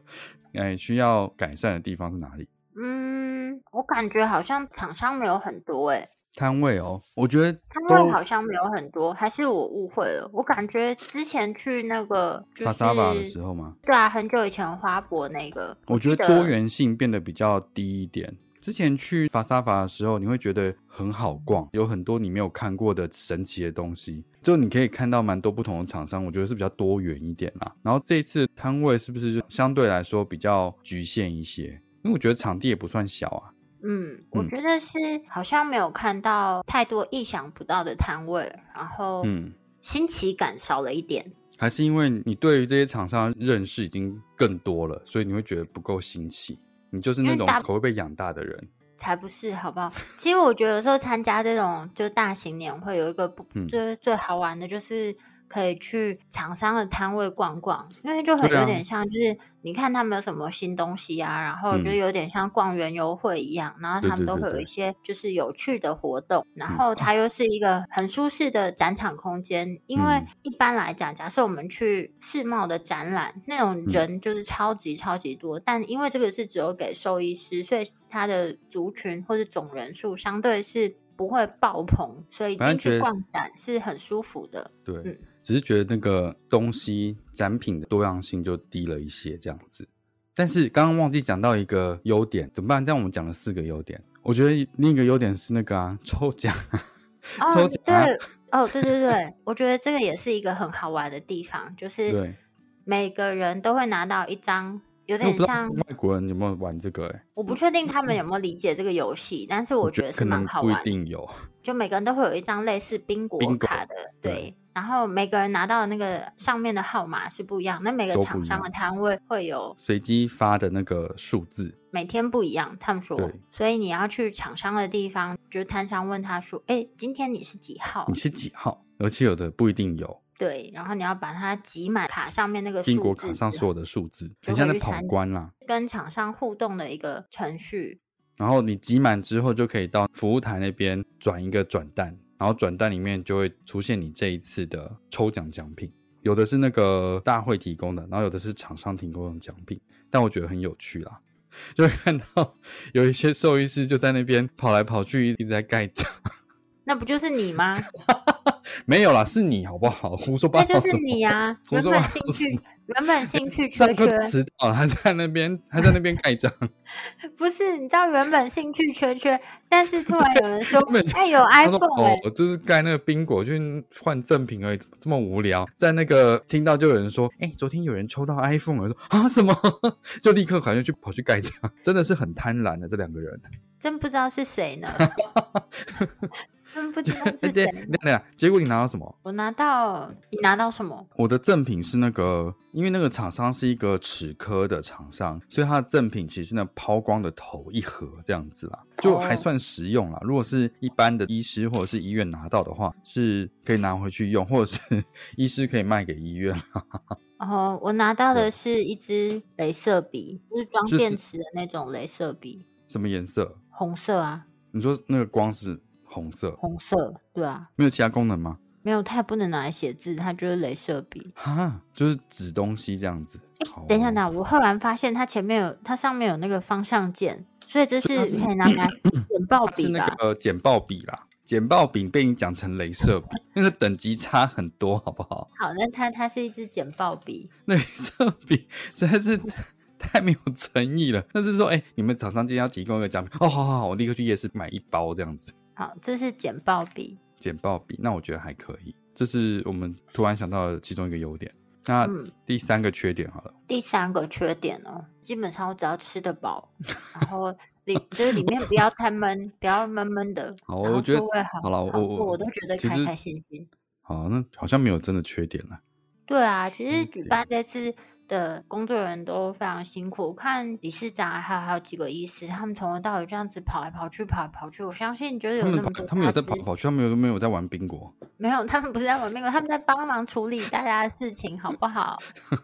哎需要改善的地方是哪里？
嗯，我感觉好像厂商没有很多诶、
摊位哦，我觉得
摊
都
位好像没有很多，还是我误会了？我感觉之前去那个就
沙
是
沙吧的时候吗？
对啊，很久以前花博那个，
我觉
记
得多元性变得比较低一点。之前去法沙法的时候，你会觉得很好逛，有很多你没有看过的神奇的东西，就你可以看到蛮多不同的厂商，我觉得是比较多元一点啦。然后这一次摊位是不是就相对来说比较局限一些？因为我觉得场地也不算小啊。
嗯，我
嗯
觉得是好像没有看到太多意想不到的摊位，然后
嗯，
新奇感少了一点。
还是因为你对于这些厂商的认识已经更多了，所以你会觉得不够新奇，你就是那
因为
种
大
口味被养大的人。
才不是，好不好？ 其实我觉得有时候参加这种就大型年会，有一个不、
嗯
就是最好玩的，就是可以去厂商的摊位逛逛，因为就很
对啊
有点像，就是你看他们有什么新东西啊，然后就
嗯
有点像逛园游会一样，然后
对
他们
对
都
对
会有
对
一些就是有趣的活动，然
嗯
后它又是一个很舒适的展场空间，因为
嗯
一般来讲，假设我们去世贸的展览，那种
嗯
人就是超级超级多，但因为这个是只有给兽医师，所以它的族群或是总人数相对是不会爆棚，所以
反正
进
觉
去
得
逛展是很舒服的。
对，
嗯
只是觉得那个东西展品的多样性就低了一些这样子。但是刚刚忘记讲到一个优点，怎么办？这样我们讲了四个优点，我觉得另一个优点是那个啊，抽奖， 抽
哦，
奖啊、
对，哦，对对对，我觉得这个也是一个很好玩的地方，就是
对，
每个人都会拿到一张，有
因
点
为我不知道
像，
外国人有没有玩这个、欸，哎，
我不确定他们有没有理解这个游戏，但是我觉得
可
是蛮
能
好
不一
玩的。
定有，
就每个人都会有一张类似宾果
Bingo，
卡的，
对
对。然后每个人拿到的那个上面的号码是不一样，那每个
都不
厂
一
商
样
的摊位会有
随机发的那个数字，
每天不一样，他们说
对，
所以你要去厂商的地方，就是摊商问他说：“哎，今天你是几号
你是几号？而且有的不一定有，？”
对，然后你要把它挤满卡上面那个
英国
数字
卡上
之
所有
后，
的数字，
就
很像
会去
在闯
参
关啦。
跟厂商互动的一个程序。
然后你集满之后，就可以到服务台那边转一个转蛋，然后转蛋里面就会出现你这一次的抽奖奖品，有的是那个大会提供的，然后有的是厂商提供的奖品， 但我觉得很有趣啦。就会看到有一些兽医师就在那边跑来跑去，一直在盖章。
那不就是你 吗？
没有啦，是你好不好？胡说八
那
道什
就
么！
是你呀、
胡
原
说
本
八
兴
道什
趣
么，
原本兴趣缺
上课
缺，
迟到了，还在那边，还在那边盖章。
不是，你知道原本兴趣缺缺，但是突然有人说
本：“
哎、有
他说
iPhone 哎、
哦，就是盖那个宾果，就是换赠品而已，怎么这么无聊？在那个听到就有人说，哎、昨天有人抽到 iPhone 了，我说啊什么， 就立刻赶紧去跑去盖章，真的是很贪婪的这两个人。
真不知道是谁 呢，真不知道是
而且
谁
等一
呢。
下等一下结果你拿到什么？
我拿到，你拿到什么？
我的赠品是那个，因为那个厂商是一个齿科的厂商，所以它的赠品其实呢抛光的头一盒这样子啦，
哦
就还算实用啦。如果是一般的医师或者是医院拿到的话，是可以拿回去用，或者是 医师可以卖给医院。
哦，我拿到
对
的是一支镭射笔，就是装
就是
电池的那种镭射笔，
什么颜色？
红色啊，
你说那个光是红色，
红色，对啊，
没有其他功能吗？
没有，它也不能拿来写字，它就是镭射笔。
哈，就是指东西这样子。好
等一下，
哦
等一下，我忽然发现它前面有，它上面有那个方向键，所以这
所以它
是
是啊
可以拿来剪报
它是
笔
那
吧？
个剪报笔啦，剪报笔被你讲成 镭射笔，那个等级差很多，好不好？
好，那它它是一支剪报笔。
镭射笔实在是 太没有诚意了。但是说，哎、你们厂商今天要提供一个奖品，哦，好好好，我立刻去夜市买一包这样子。
好，这是剪报笔。
剪报笔，那我觉得还可以，这是我们突然想到的其中一个优点。那
嗯
第三个缺点好了，
第三个缺点哦，基本上我只要吃得饱，然后里就是里面不要太闷，不要闷闷的。
好，
然后
我觉得
座位好
好了，
好
我
坐我都觉得
其
开
实
开心心。
好，那好像没有真的缺点了。
对啊，其实
理
举
解
办这次的工作人员都非常辛苦，我看理事长啊还有还有几个医师，他们从头到尾这样子跑来跑去，跑来跑去。我相信就是
他
有那
们跑
么多
他们
大
有在
师
跑跑去，他们有没有在玩冰果？
没有，他们不是在玩命，他们在帮忙处理大家的事情，好不 好？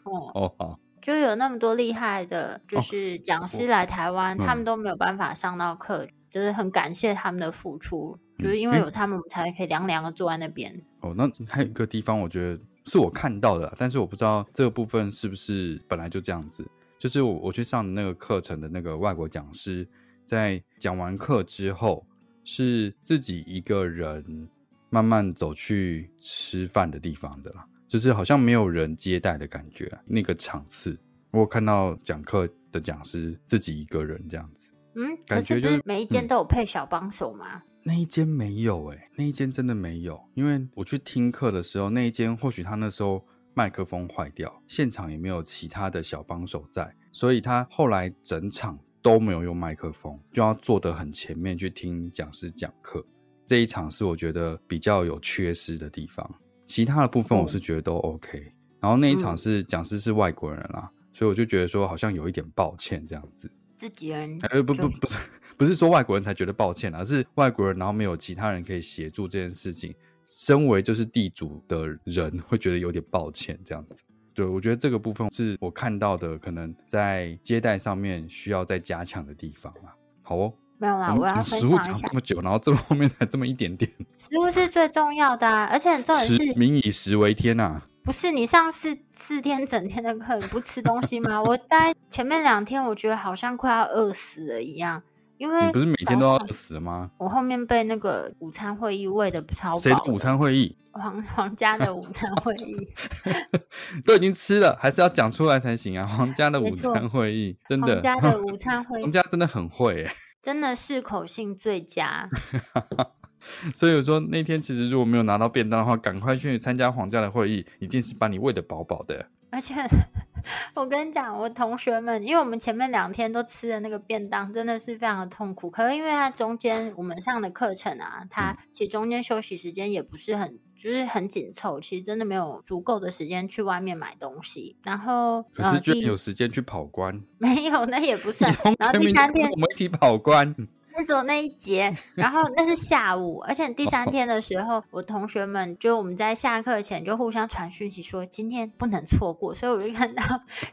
哦、
哦，好，
就有那么多厉害的，就
哦
是讲师
我
来台湾，他
嗯
们都没有办法上到课，就是很感谢他们的付出，就是
嗯
因为
诶
有他们，我们才可以凉凉的坐在那边。
哦，那
嗯
还有一个地方，我觉得是我看到的啦，但是我不知道这个部分是不是本来就这样子。就是我我去上的那个课程的那个外国讲师，在讲完课之后，是自己一个人慢慢走去吃饭的地方的啦，就是好像没有人接待的感觉啊、那个场次，我有看到讲课的讲师自己一个人这样子，
嗯，可
感
是
觉
不
就是
是每一
嗯
间都有配小帮手吗？
那一间没有哎、那一间真的没有，因为我去听课的时候，那一间或许他那时候麦克风坏掉，现场也没有其他的小帮手在，所以他后来整场都没有用麦克风，就要坐得很前面去听讲师讲课。这一场是我觉得比较有缺失的地方，其他的部分我是觉得都 OK。然后那一场
嗯
是讲师是外国人啦，所以我就觉得说好像有一点抱歉这样子。
自己人
哎，不
就
不不是 不是说外国人才觉得抱歉而啊是外国人然后没有其他人可以协助这件事情，身为就是地主的人会觉得有点抱歉这样子。对，我觉得这个部分是我看到的，可能在接待上面需要再加强的地方啊。好哦，
没有啦，
我
我
们
要
讲
分
食物
享
讲
一下
这，么久，然后这么后面才这么一点点，
食物是最重要的、啊，而且重点是
食民以食为天呐、啊。
不是你上四四天整天的课，你不吃东西吗？我待前面两天，我觉得好像快要饿死了一样，因为
你不是每
早
天都要
上
饿死吗？
我后面被那个午餐会议喂的超
谁的
饱
午
的
餐会议
皇 皇家的午餐会议，
都已经吃了，还是要讲出来才行啊！皇家的
没
午
错
餐会议 真的，
皇家 的午餐会
皇
议
家真的很会、欸，
真的适口性最佳。
所以我说那天其实如果没有拿到便当的话，赶快去参加皇家的会议，一定是把你喂得饱饱的。
而且我跟你讲，我同学们，因为我们前面两天都吃的那个便当，真的是非常的痛苦。可是因为它中间我们上的课程啊，
嗯
它其实中间休息时间也不是很，就是很紧凑，其实真的没有足够的时间去外面买东西。然后，
可是
呃
居然
第
有时间去跑关，
没有？那也不算
你。同
然后
学
第
明
三
天
天
跟我们一起跑关，
那只有那一节，然后那是下午，而且第三天的时候，我同学们就我们在下课前就互相传讯息说今天不能错过，所以我就看到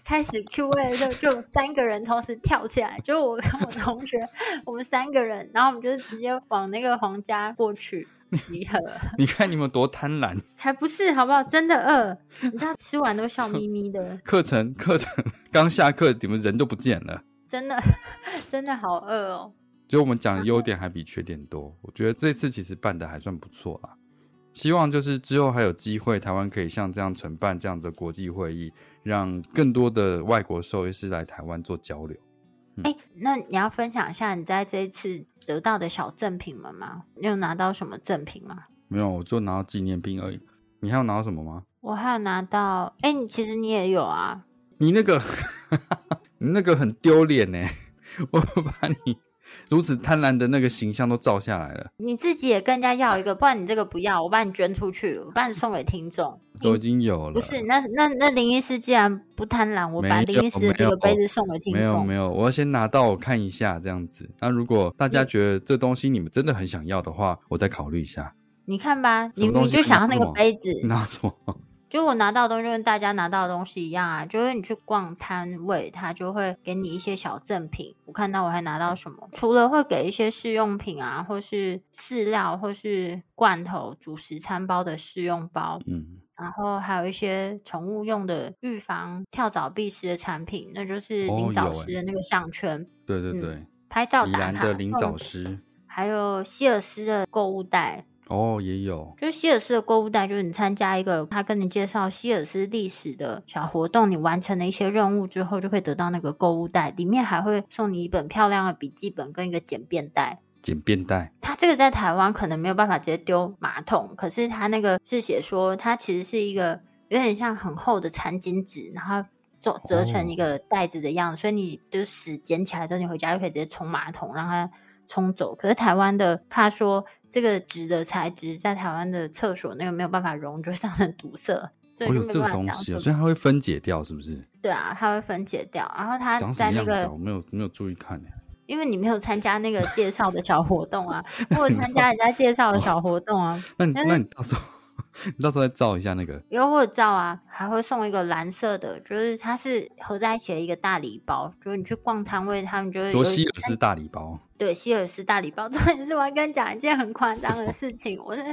开始 Q&A 的时候，就有三个人同时跳起来，就我跟我同学，我们三个人，然后我们就直接往那个皇家过去集合，
你看你们多贪婪！
才不是好不好？真的饿，你知道吃完都笑眯眯的，
课程课程刚下课，你们人都不见了。
真的真的好饿哦。
就我们讲的优点还比缺点多，我觉得这次其实办的还算不错啦。希望就是之后还有机会，台湾可以像这样承办这样的国际会议，让更多的外国兽医师来台湾做交流。
哎、那你要分享一下你在这一次得到的小赠品们吗？你有拿到什么赠品吗？
没有，我就拿到纪念品而已。你还有拿到什么吗？
我还有拿到，哎、你其实你也有啊，
你那个， 你那个很丢脸呢！ 我把你如此贪婪的那个形象都照下来了，
你自己也跟人家要一个，不然你这个不要，我把你捐出去，我把你送给听众。
都已经有了。
不是，那那那林医师既然不贪婪，我把
没有
林医师的
没
这个
有
杯子送给听
没有
众
没。有，我要先拿到我看一下这样子。那如果大家
嗯
觉得这东西你们真的很想要的话，我再考虑一下。
你看吧，
什
你
么东
你
西
就
我
想要
拿
那
什
个
么
杯子，
你拿什么？
就我拿到的东西就跟大家拿到的东西一样啊，就是你去逛摊位，他就会给你一些小赠品。我看到我还拿到什么，除了会给一些试用品啊，或是饲料，或是罐头、主食餐包的试用包，
嗯，
然后还有一些宠物用的预防跳蚤必虱的产品，那就是
哦
零蚤
有
虱
欸
的那个项圈，
对对
嗯
对，
拍照
宜
打
兰
卡
的林
送
早师
还有希尔斯的购物袋，
哦也有，
就是希尔斯的购物袋，就是你参加一个他跟你介绍希尔斯历史的小活动，你完成了一些任务之后，就可以得到那个购物袋，里面还会送你一本漂亮的笔记本跟一个简便袋。
简便袋
它这个在台湾可能没有办法直接丢马桶，可是它那个是写说，它其实是一个有点像很厚的餐巾纸，然后折折成
哦
一个袋子的样子，所以你就是屎捡起来之后，你回家就可以直接冲马桶让它冲走。可是台湾的怕说这个纸的材质在台湾的厕所那个没有办法溶，就会造成堵塞，所以
我
就
有
没
这
办
个
法
东
当
西、
厕
哦，所以它会分解掉，是不是？
对啊，它会分解掉。然后它
长什
在
么
那
样子
个
啊？我没有没有注意看耶
因为你没有参加那个介绍的小活动 啊，或者参加人家介绍的小活动啊，
那你
但是
那你到时候你到时候再照一下那个，
因为我有照啊，还会送一个蓝色的，就是它是合在一起的一个大礼包，就是你去逛摊位，他们就会有
说
一
希尔斯大礼包，
对希尔斯大礼包。 重点是我要跟你讲一件很夸张的事情，我是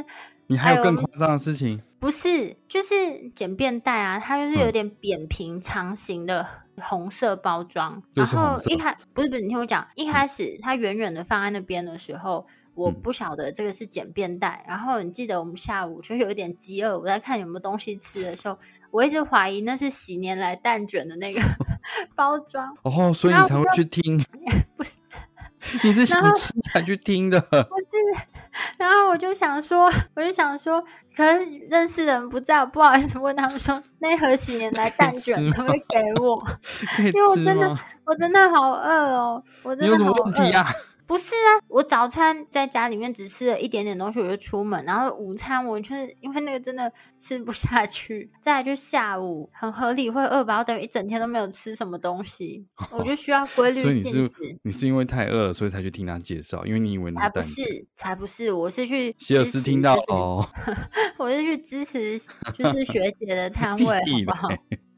你还
哎
有
我
更
们
夸张的事情？
不是就是简便袋啊？它就是有
嗯
点扁平长形的红色包装，
又
然
是红
后
色
一开不是不是，你听我讲，一开始它远远的放在那边的时候。我
嗯
不晓得这个是简便袋，然后你记得我们下午就有一点饥饿，我在看有没有东西吃的时候，我一直怀疑那是喜年来蛋卷的那 个包装，
哦，所以
然
你
后
才会去听，
不是
你是想
然后
吃才去听的。
不是，然后我就想说，我就想说，可能认识的人不在，我不好意思问他们说，那盒喜年来蛋
吃
卷可不可以 给我？
可以
因为我
吃
真的
吗？
我真的好饿哦，我
你
真
有
的
什
好
么
饿。
问题啊？
不是啊，我早餐在家里面只吃了一点点东西，我就出门，然后午餐我就是因为那个真的吃不下去，再来就下午很合理会饿吧，我等于一整天都没有吃什么东 西，我就需要规
所以
律
你
进
是
食。
你是因为太饿了，所以才去听他介绍，因为你以为那
才
是
不
蛋
是
卷。，
才不是，我是去
希尔
支
斯
持
听到
就是
哦，
我是去支持就是学姐 的摊位，
屁
好不好？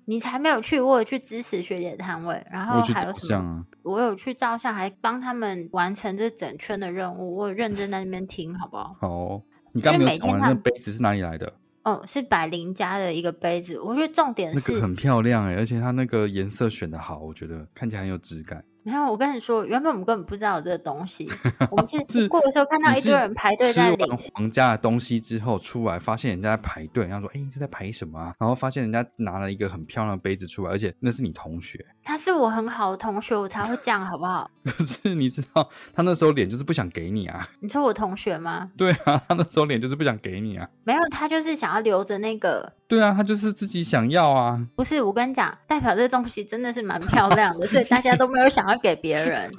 你才没有去，我有去支持学姐的摊位，然后
我去
还
照
有什么
相？啊，
我有去照相，还帮他们完成这整圈的任务，我有认真在那边听，好不好？
好哦。你
就是
刚没
每
有讲
天
完
他
那
们
杯子是哪里来的？
哦，是百灵家的一个杯子，我觉得重点
那
是
个很漂亮哎、而且它那个颜色选的好，我觉得看起来很有质感。
没有。我跟你说，原本我们根本不知道有这个东 西，我们是
是
过的时候看到
你
一堆
是
人排队
吃
在
完
领，
皇家的东西之后出来，发现人家在排队，然后说：“哎、这在排什么啊？”然后发现人家拿了一个很漂亮的杯子出来，而且那是你同学，
他是我很好的同学，我才会这样，好不好？
可是你知道他那时候脸就是不想给你啊，
你说我同学吗？
对啊，他那时候脸就是不想给你啊，
没有，他就是想要留着那个
对啊，他就是自己想要啊，
不是，我跟你讲，代表这东西真的是蛮漂亮的，所以大家都没有想要给别人。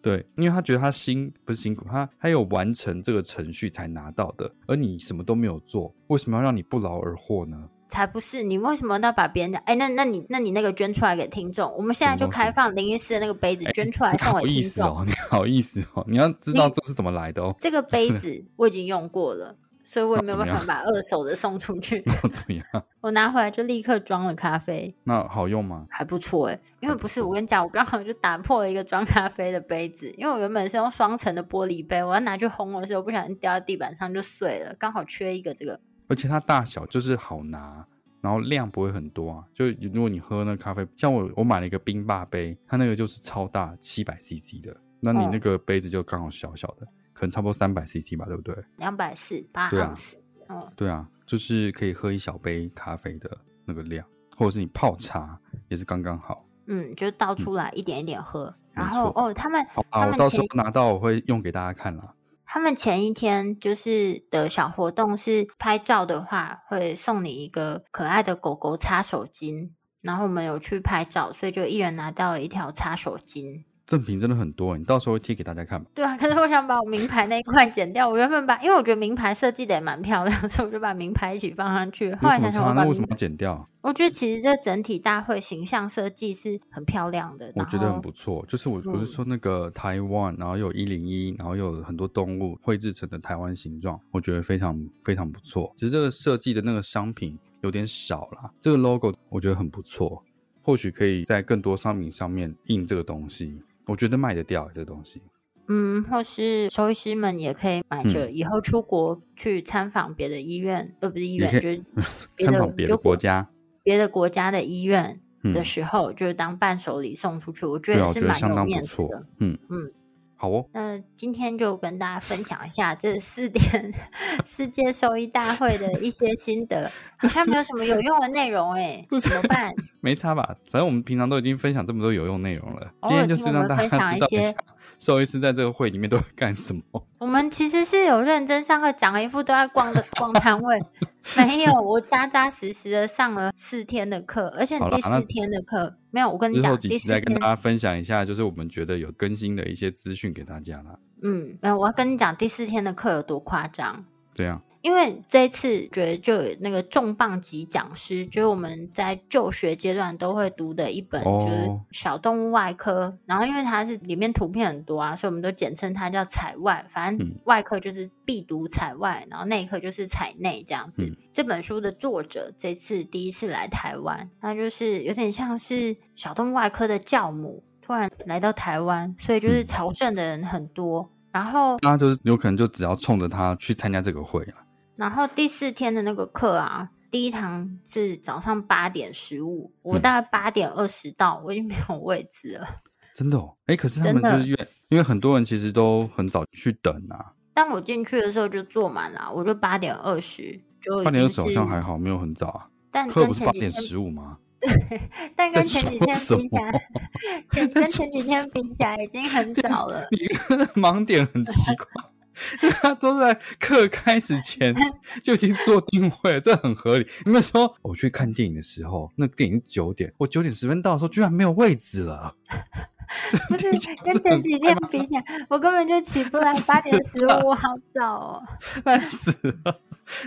对，因为他觉得他辛不是辛苦，他他有完成这个程序才拿到的，而你什么都没有做，为什么要让你不劳而获呢？
才不是，你为什么要把别人讲？哎，那那你那你那个捐出来给听众，我们现在
什
就
么东西
开放林医师的那个杯子，捐 出来
你
送
好
给
意
听
思
众。
哦，你好意思哦，你要知道
你
这是怎么来的哦，
这个杯子我已经用过了，所以我也没有
那
办
怎么。
法把二手的送出去
要怎么样？
我拿回来就立刻装了咖啡，
那好用吗？
还不错哎、因为
还不
不是
错
我跟你讲，我刚好就打破了一个装咖啡的杯子，因为我原本是用双层的玻璃杯，我要拿去烘的时候不小心掉在地板上就碎了，刚好缺一个这个。
而且它大小就是好拿，然后量不会很多啊。就如果你喝那咖啡，像我我买了一个冰霸杯，它那个就是超大，七百 CC 的，那你
嗯
那个杯子就刚好小小的，可能差不多三百 CC 吧，对不对？
两百四八
对啊
盎司。嗯，
对啊，就是可以喝一小杯咖啡的那个量，或者是你泡茶也是刚刚好。
嗯，就倒出来一点一点喝。
没
然后
错
哦，他们
好吧，
他
啊我
们
到时
前
候拿到我会用给大家看啦。
他们前一天就是的小活动是拍照的话，会送你一个可爱的狗狗擦手巾。然后我们有去拍照，所以就一人拿到了一条擦手巾。
赠品真的很多，你到时候会贴给大家看吧。
对啊，可是我想把我名牌那一块剪掉。我原本把，因为我觉得名牌设计的也蛮漂亮，所以我就把名牌一起放上去。后
有
来想
什么
想，我
差？
把
那为什
名
么要剪掉？
我觉得其实这整体大会形象设计是很漂亮的。
我
然
觉得很
后
不错，就是我、我
嗯
是说那个台湾，然后有一零一，然后有很多动物绘制成的台湾形状，我觉得非常非常不错。只是这个设计的那个商品有点少啦，这个 logo 我觉得很不错，或许可以在更多商品上面印这个东西，我觉得卖得掉这个东西。
嗯，或是兽医师们也可以买着，
嗯
以后出国去参访别的医院，呃，不是医
也
院，
可
就
以
是别
参
的
访别的
就
国家。
别的国家的医院
嗯，
的时候，就是当伴手礼送出去，我觉
对
得
啊，
也
我
是
觉得
蛮
相
有
当不
面子
错
的。。
嗯
嗯，
好哦，
那今天就跟大家分享一下这四点 世界兽医大会的一些心得，好像没有什么有用的内容哎、
不是
怎么办？
没差吧？反正我们平常都已经分享这么多有用内容了，
偶
今
尔
天就
听
是
我
让
们
大
分
家
享
知
一
道
些
兽医师在这个会里面都会干什么？
我们其实是有认真上课，讲了一副都在逛的逛摊位，没有，我扎扎实实的上了四天的课，而且
好啦
第
那
四天的课没有，我跟你
之后
讲，
几
第
期
四
再跟
天
大家分享一下，就是我们觉得有更新的一些资讯给大家啦。
嗯，没有，我要跟你讲第四天的课有多夸张。
这样，
因为这一次觉得就有那个重磅级讲师，就是我们在就学阶段都会读的一本，
哦
就是小动物外科。然后因为它是里面图片很多啊，所以我们都简称它叫彩外。反正
嗯
外科就是必读彩外，然后内科就是彩内这样子。
嗯
这本书的作者这次第一次来台湾，他就是有点像是小动物外科的教母，突然来到台湾，所以就是
嗯
朝圣的人很多。然后
大家就是有可能就只要冲着他去参加这个会啊。
然后第四天的那个课啊，第一堂是早上八点十五，我
嗯
大概八点二十到，我已经没有位置了。
真的哦，哎，可是他们
真的
就是因为因为很多人其实都很早去等啊，
但我进去的时候就坐满了，我就八点二十就已
八点二
经
十好
是
像还好，没有很早啊。
但
课
跟
不是
前
八
几天
点，十五吗？
但
在
跟前几
说
天
什
比起来， 前跟前几天比起来已经很早了。
你的盲点很奇怪，因为他都在课开始前就已经做定位了，这很合理。你们说我去看电影的时候，那个电影是九点，我九点十分到的时候居然没有位置了，
不是跟前几天比起来，我根本就起不来，八点十五好早哦。
烂死了！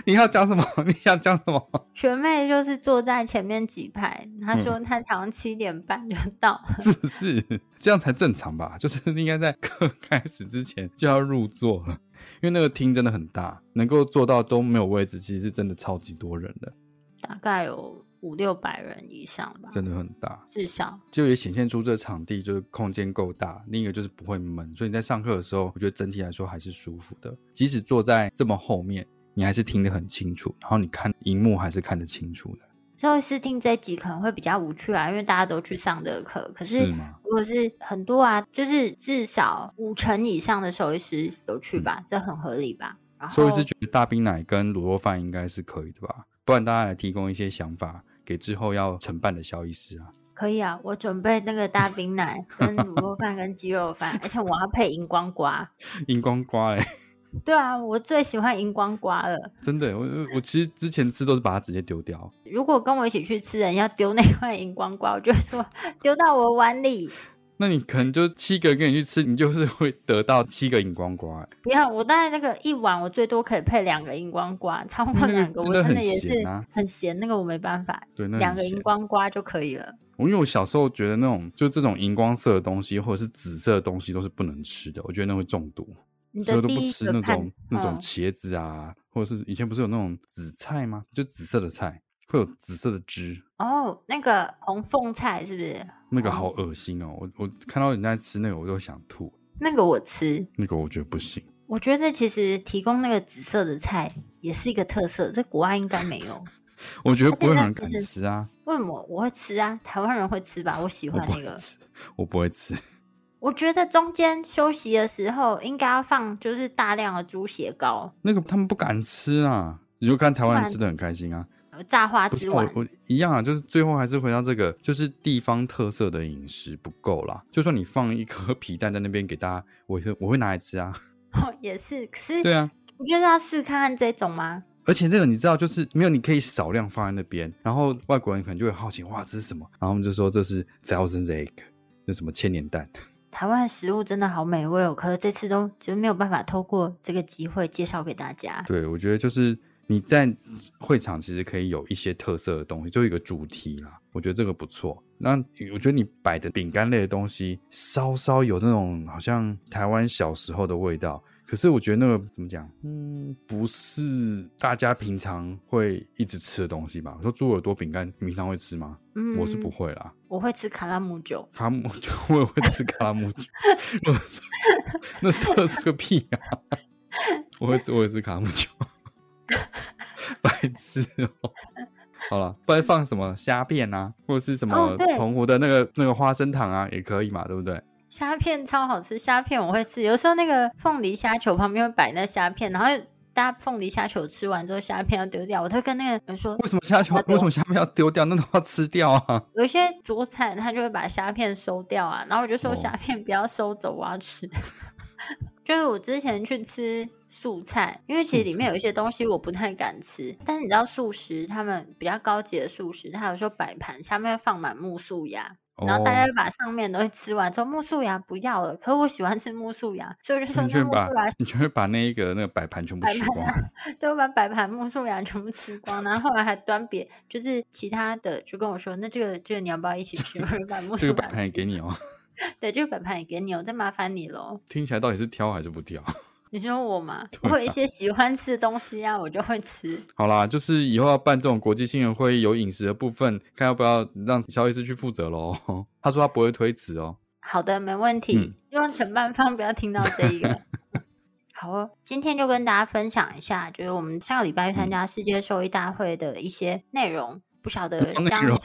你要讲什么？ 你想讲什么？
学妹就是坐在前面几排，她
嗯
说她好像七点半就到了。
是不是？这样才正常吧？就是应该在课开始之前就要入座了，因为那个厅真的很大，能够坐到都没有位置，其实是真的超级多人的，
大概有五六百人以上吧，
真的很大。
至少。
就也显现出这场地就是空间够大，另一个就是不会闷，所以你在上课的时候，我觉得整体来说还是舒服的。即使坐在这么后面，你还是听得很清楚，然后你看荧幕还是看得清楚的，
所以试听这一集可能会比较无趣啊，因为大家都去上这个课。可
是
是
吗？
如果是很多啊，就是至少五成以上的兽医师有去吧，
嗯
这很合理吧？然后
所以是觉得大冰奶跟卤肉饭应该是可以的吧？不然大家来提供一些想法给之后要承办的肖医师啊。
可以啊，我准备那个大冰 奶、跟卤肉饭、跟鸡肉饭，而且我要配荧光瓜。
荧光瓜哎、
对啊，我最喜欢荧光瓜了。
真的，我我我其实之前吃都是把它直接丢掉，
如果跟我一起去吃的人要丢那块荧光瓜，我就会说丢到我碗里。
那你可能就七个跟你去吃，你就是会得到七个荧光瓜、欸，
不要，我大概那个一碗，我最多可以配两个荧光瓜，超过
那个
两个，
嗯真
我
的
真
很
的也
咸
是
啊
很咸，那个我没办法，
对，那
两
很
个
咸
荧。光瓜就可以了。
我因为我小时候觉得那种就这种荧光色的东西或者是紫色的东西都是不能吃的，我觉得那会中毒，
你
所以
的
我都
第
不
一
吃
个
那
判
种、那种
嗯
茄子啊，或者是以前不是有那种紫菜吗？就紫色的菜会有紫色的汁，
哦，那个红凤菜是不是？
那个
哦
好恶心哦！我我看到人家吃那个我都想吐，
那个我吃，
那个我觉得不行。
我觉得其实提供那个紫色的菜也是一个特色，在国外应该没有。
我觉得
而
不
且
会有
那
人
其
敢
实
吃啊，
为什么我会吃啊？台湾人会吃吧？我喜
我
欢
不
那
会
个。
吃，我不会吃。
我觉得中间休息的时候应该要放，就是大量的猪血糕、
那个他们不敢吃啊，你就看台湾
不
人
然
吃的很开心啊。
呃炸花
不是
枝
我
丸。
我一样啊，就是最后还是回到这个，就是地方特色的饮食不够啦。就算你放一颗 皮蛋在那边给大家，我也会我会拿来吃啊。
哦， 也是，可是
对啊，
我觉得要试看看这种吗？
而且这个你知道，就是没有你可以少量放在那边，然后外国人可能就会好奇，哇，这是什么？然后他们就说这是 thousand egg，就什么千年蛋。
台湾的食物真的好美味哦，可是这次都就没有办法透过这个机会介绍给大家。
对，我觉得就是你在会场其实可以有一些特色的东西，就有一个主题啦。我觉得这个不错。那我觉得你摆的饼干类的东西，稍稍有那种好像台湾小时候的味道。可是我觉得那个怎么讲，嗯，不是大家平常会一直吃的东西吧？我说猪耳朵饼干，你平常会吃吗？
嗯，
我是不，会啦。
我会吃卡拉姆酒。
卡拉姆酒我也会吃卡拉姆酒， 我是那特色个屁啊！我会吃，我也吃卡拉姆酒， 白痴哦。好了，不然放什么虾片啊，或者是什么
哦对
澎湖的那个、那个花生糖啊，也可以嘛，对不对？
虾片超好吃，虾片我会吃。有时候那个凤梨虾球旁边会摆那虾片，然后大家凤梨虾球吃完之后，虾片要丢掉，我都跟那个人说，
为什么虾球
要丢
为什么虾片要丢掉？那都要吃掉啊！
有一些主产他就会把虾片收掉啊，然后我就
哦
说虾片不要收走，我要吃。 就是我之前去吃素菜，因为其实里面有一些东西我不太敢吃，但是你知道素食他们比较高级的素食，它有时候摆盘下面会放满木素芽， 然后大家
哦
就把上面的东西吃完之后，木素芽不要了。可我喜欢吃木素芽，所以我就说
你
那
就会
木
把
素芽
你就会把那一个那个摆盘全部
摆
吃
盘啊
光，啊
对，我把摆盘木素芽全部吃光，然后后来还端别就是其他的，就跟我说，那这个这个你要不要一起吃？我就把木
这
素
个摆
芽
盘也
吃
给 你哦。
对，这个摆盘也给你，我再麻烦你喽。
听起来到底是挑还是不挑？
你说我嘛，
对啊
我有一些喜欢吃的东西啊，我就会吃。
好啦，就是以后要办这种国际新闻会议，有饮食的部分，看要不要让肖医师去负责喽。 他说他不会推辞哦。
好的，没问题。
嗯
希望承办方不要听到这一 个。好哦，今天就跟大家分享一下，就是我们上个礼拜
嗯
去参加世界兽医大会的一些内容。不晓得
内
呃张
容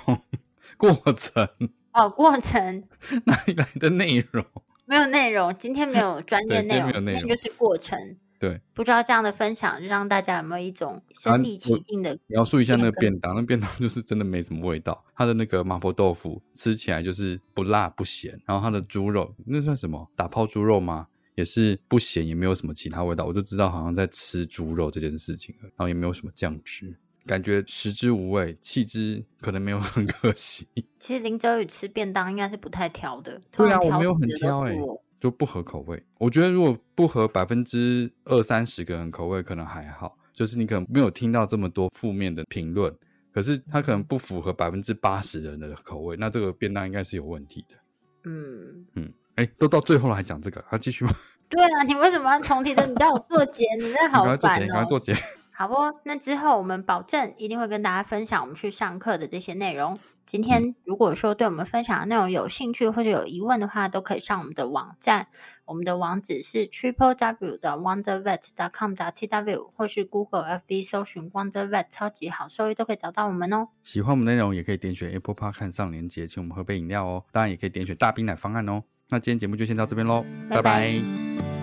过程
哦，过程
哪里来的内容？
没有内容，今天没有专业
对今
内
天
容，
没有内
今天
容
就是过程。
对，啊
不知道这样的分享让大家有没有一种身临其
我
境的
描述一下那个
变更
便当，那便当就是真的没什么味道。它的那个麻婆豆腐吃起来就是不辣不咸，然后它的猪肉那算什么？打泡猪肉吗？也是不咸，也没有什么其他味道。我就知道好像在吃猪肉这件事情了，然后也没有什么酱汁，感觉食之无味，弃之可能没有很可惜，
其实林哲宇吃便当应该是不太挑的，
对啊
通常
我没有很
食的都
挑
是
欸
我
就不合口味。我觉得如果不合百分之二三十个人口味可能还好，就是你可能没有听到这么多负面的评论，可是它可能不符合百分之八十人的口味，那这个便当应该是有问题的。
嗯，
嗯，哎，都到最后了还讲这个，那、继续吧。
对啊，你为什么要重提的？你叫我做结，你真的
你赶
好
快做结，
烦
你赶快
哦。
做结。
好哦，那之后我们保证一定会跟大家分享我们去上课的这些内容。
嗯
今天如果说对我们分享的内容有兴趣或者有疑问的话，都可以上我们的网站，我们的网址是 triple w 的 wondervet dot com dot t w 或是 Google FB 搜寻 wondervet 超级好兽医都可以找到我们哦。
喜欢我们内容也可以点选 Apple Park 看上链接，请我们喝杯饮料哦。当然也可以点选大冰奶方案哦。那今天节目就先到这边喽，
拜拜
拜拜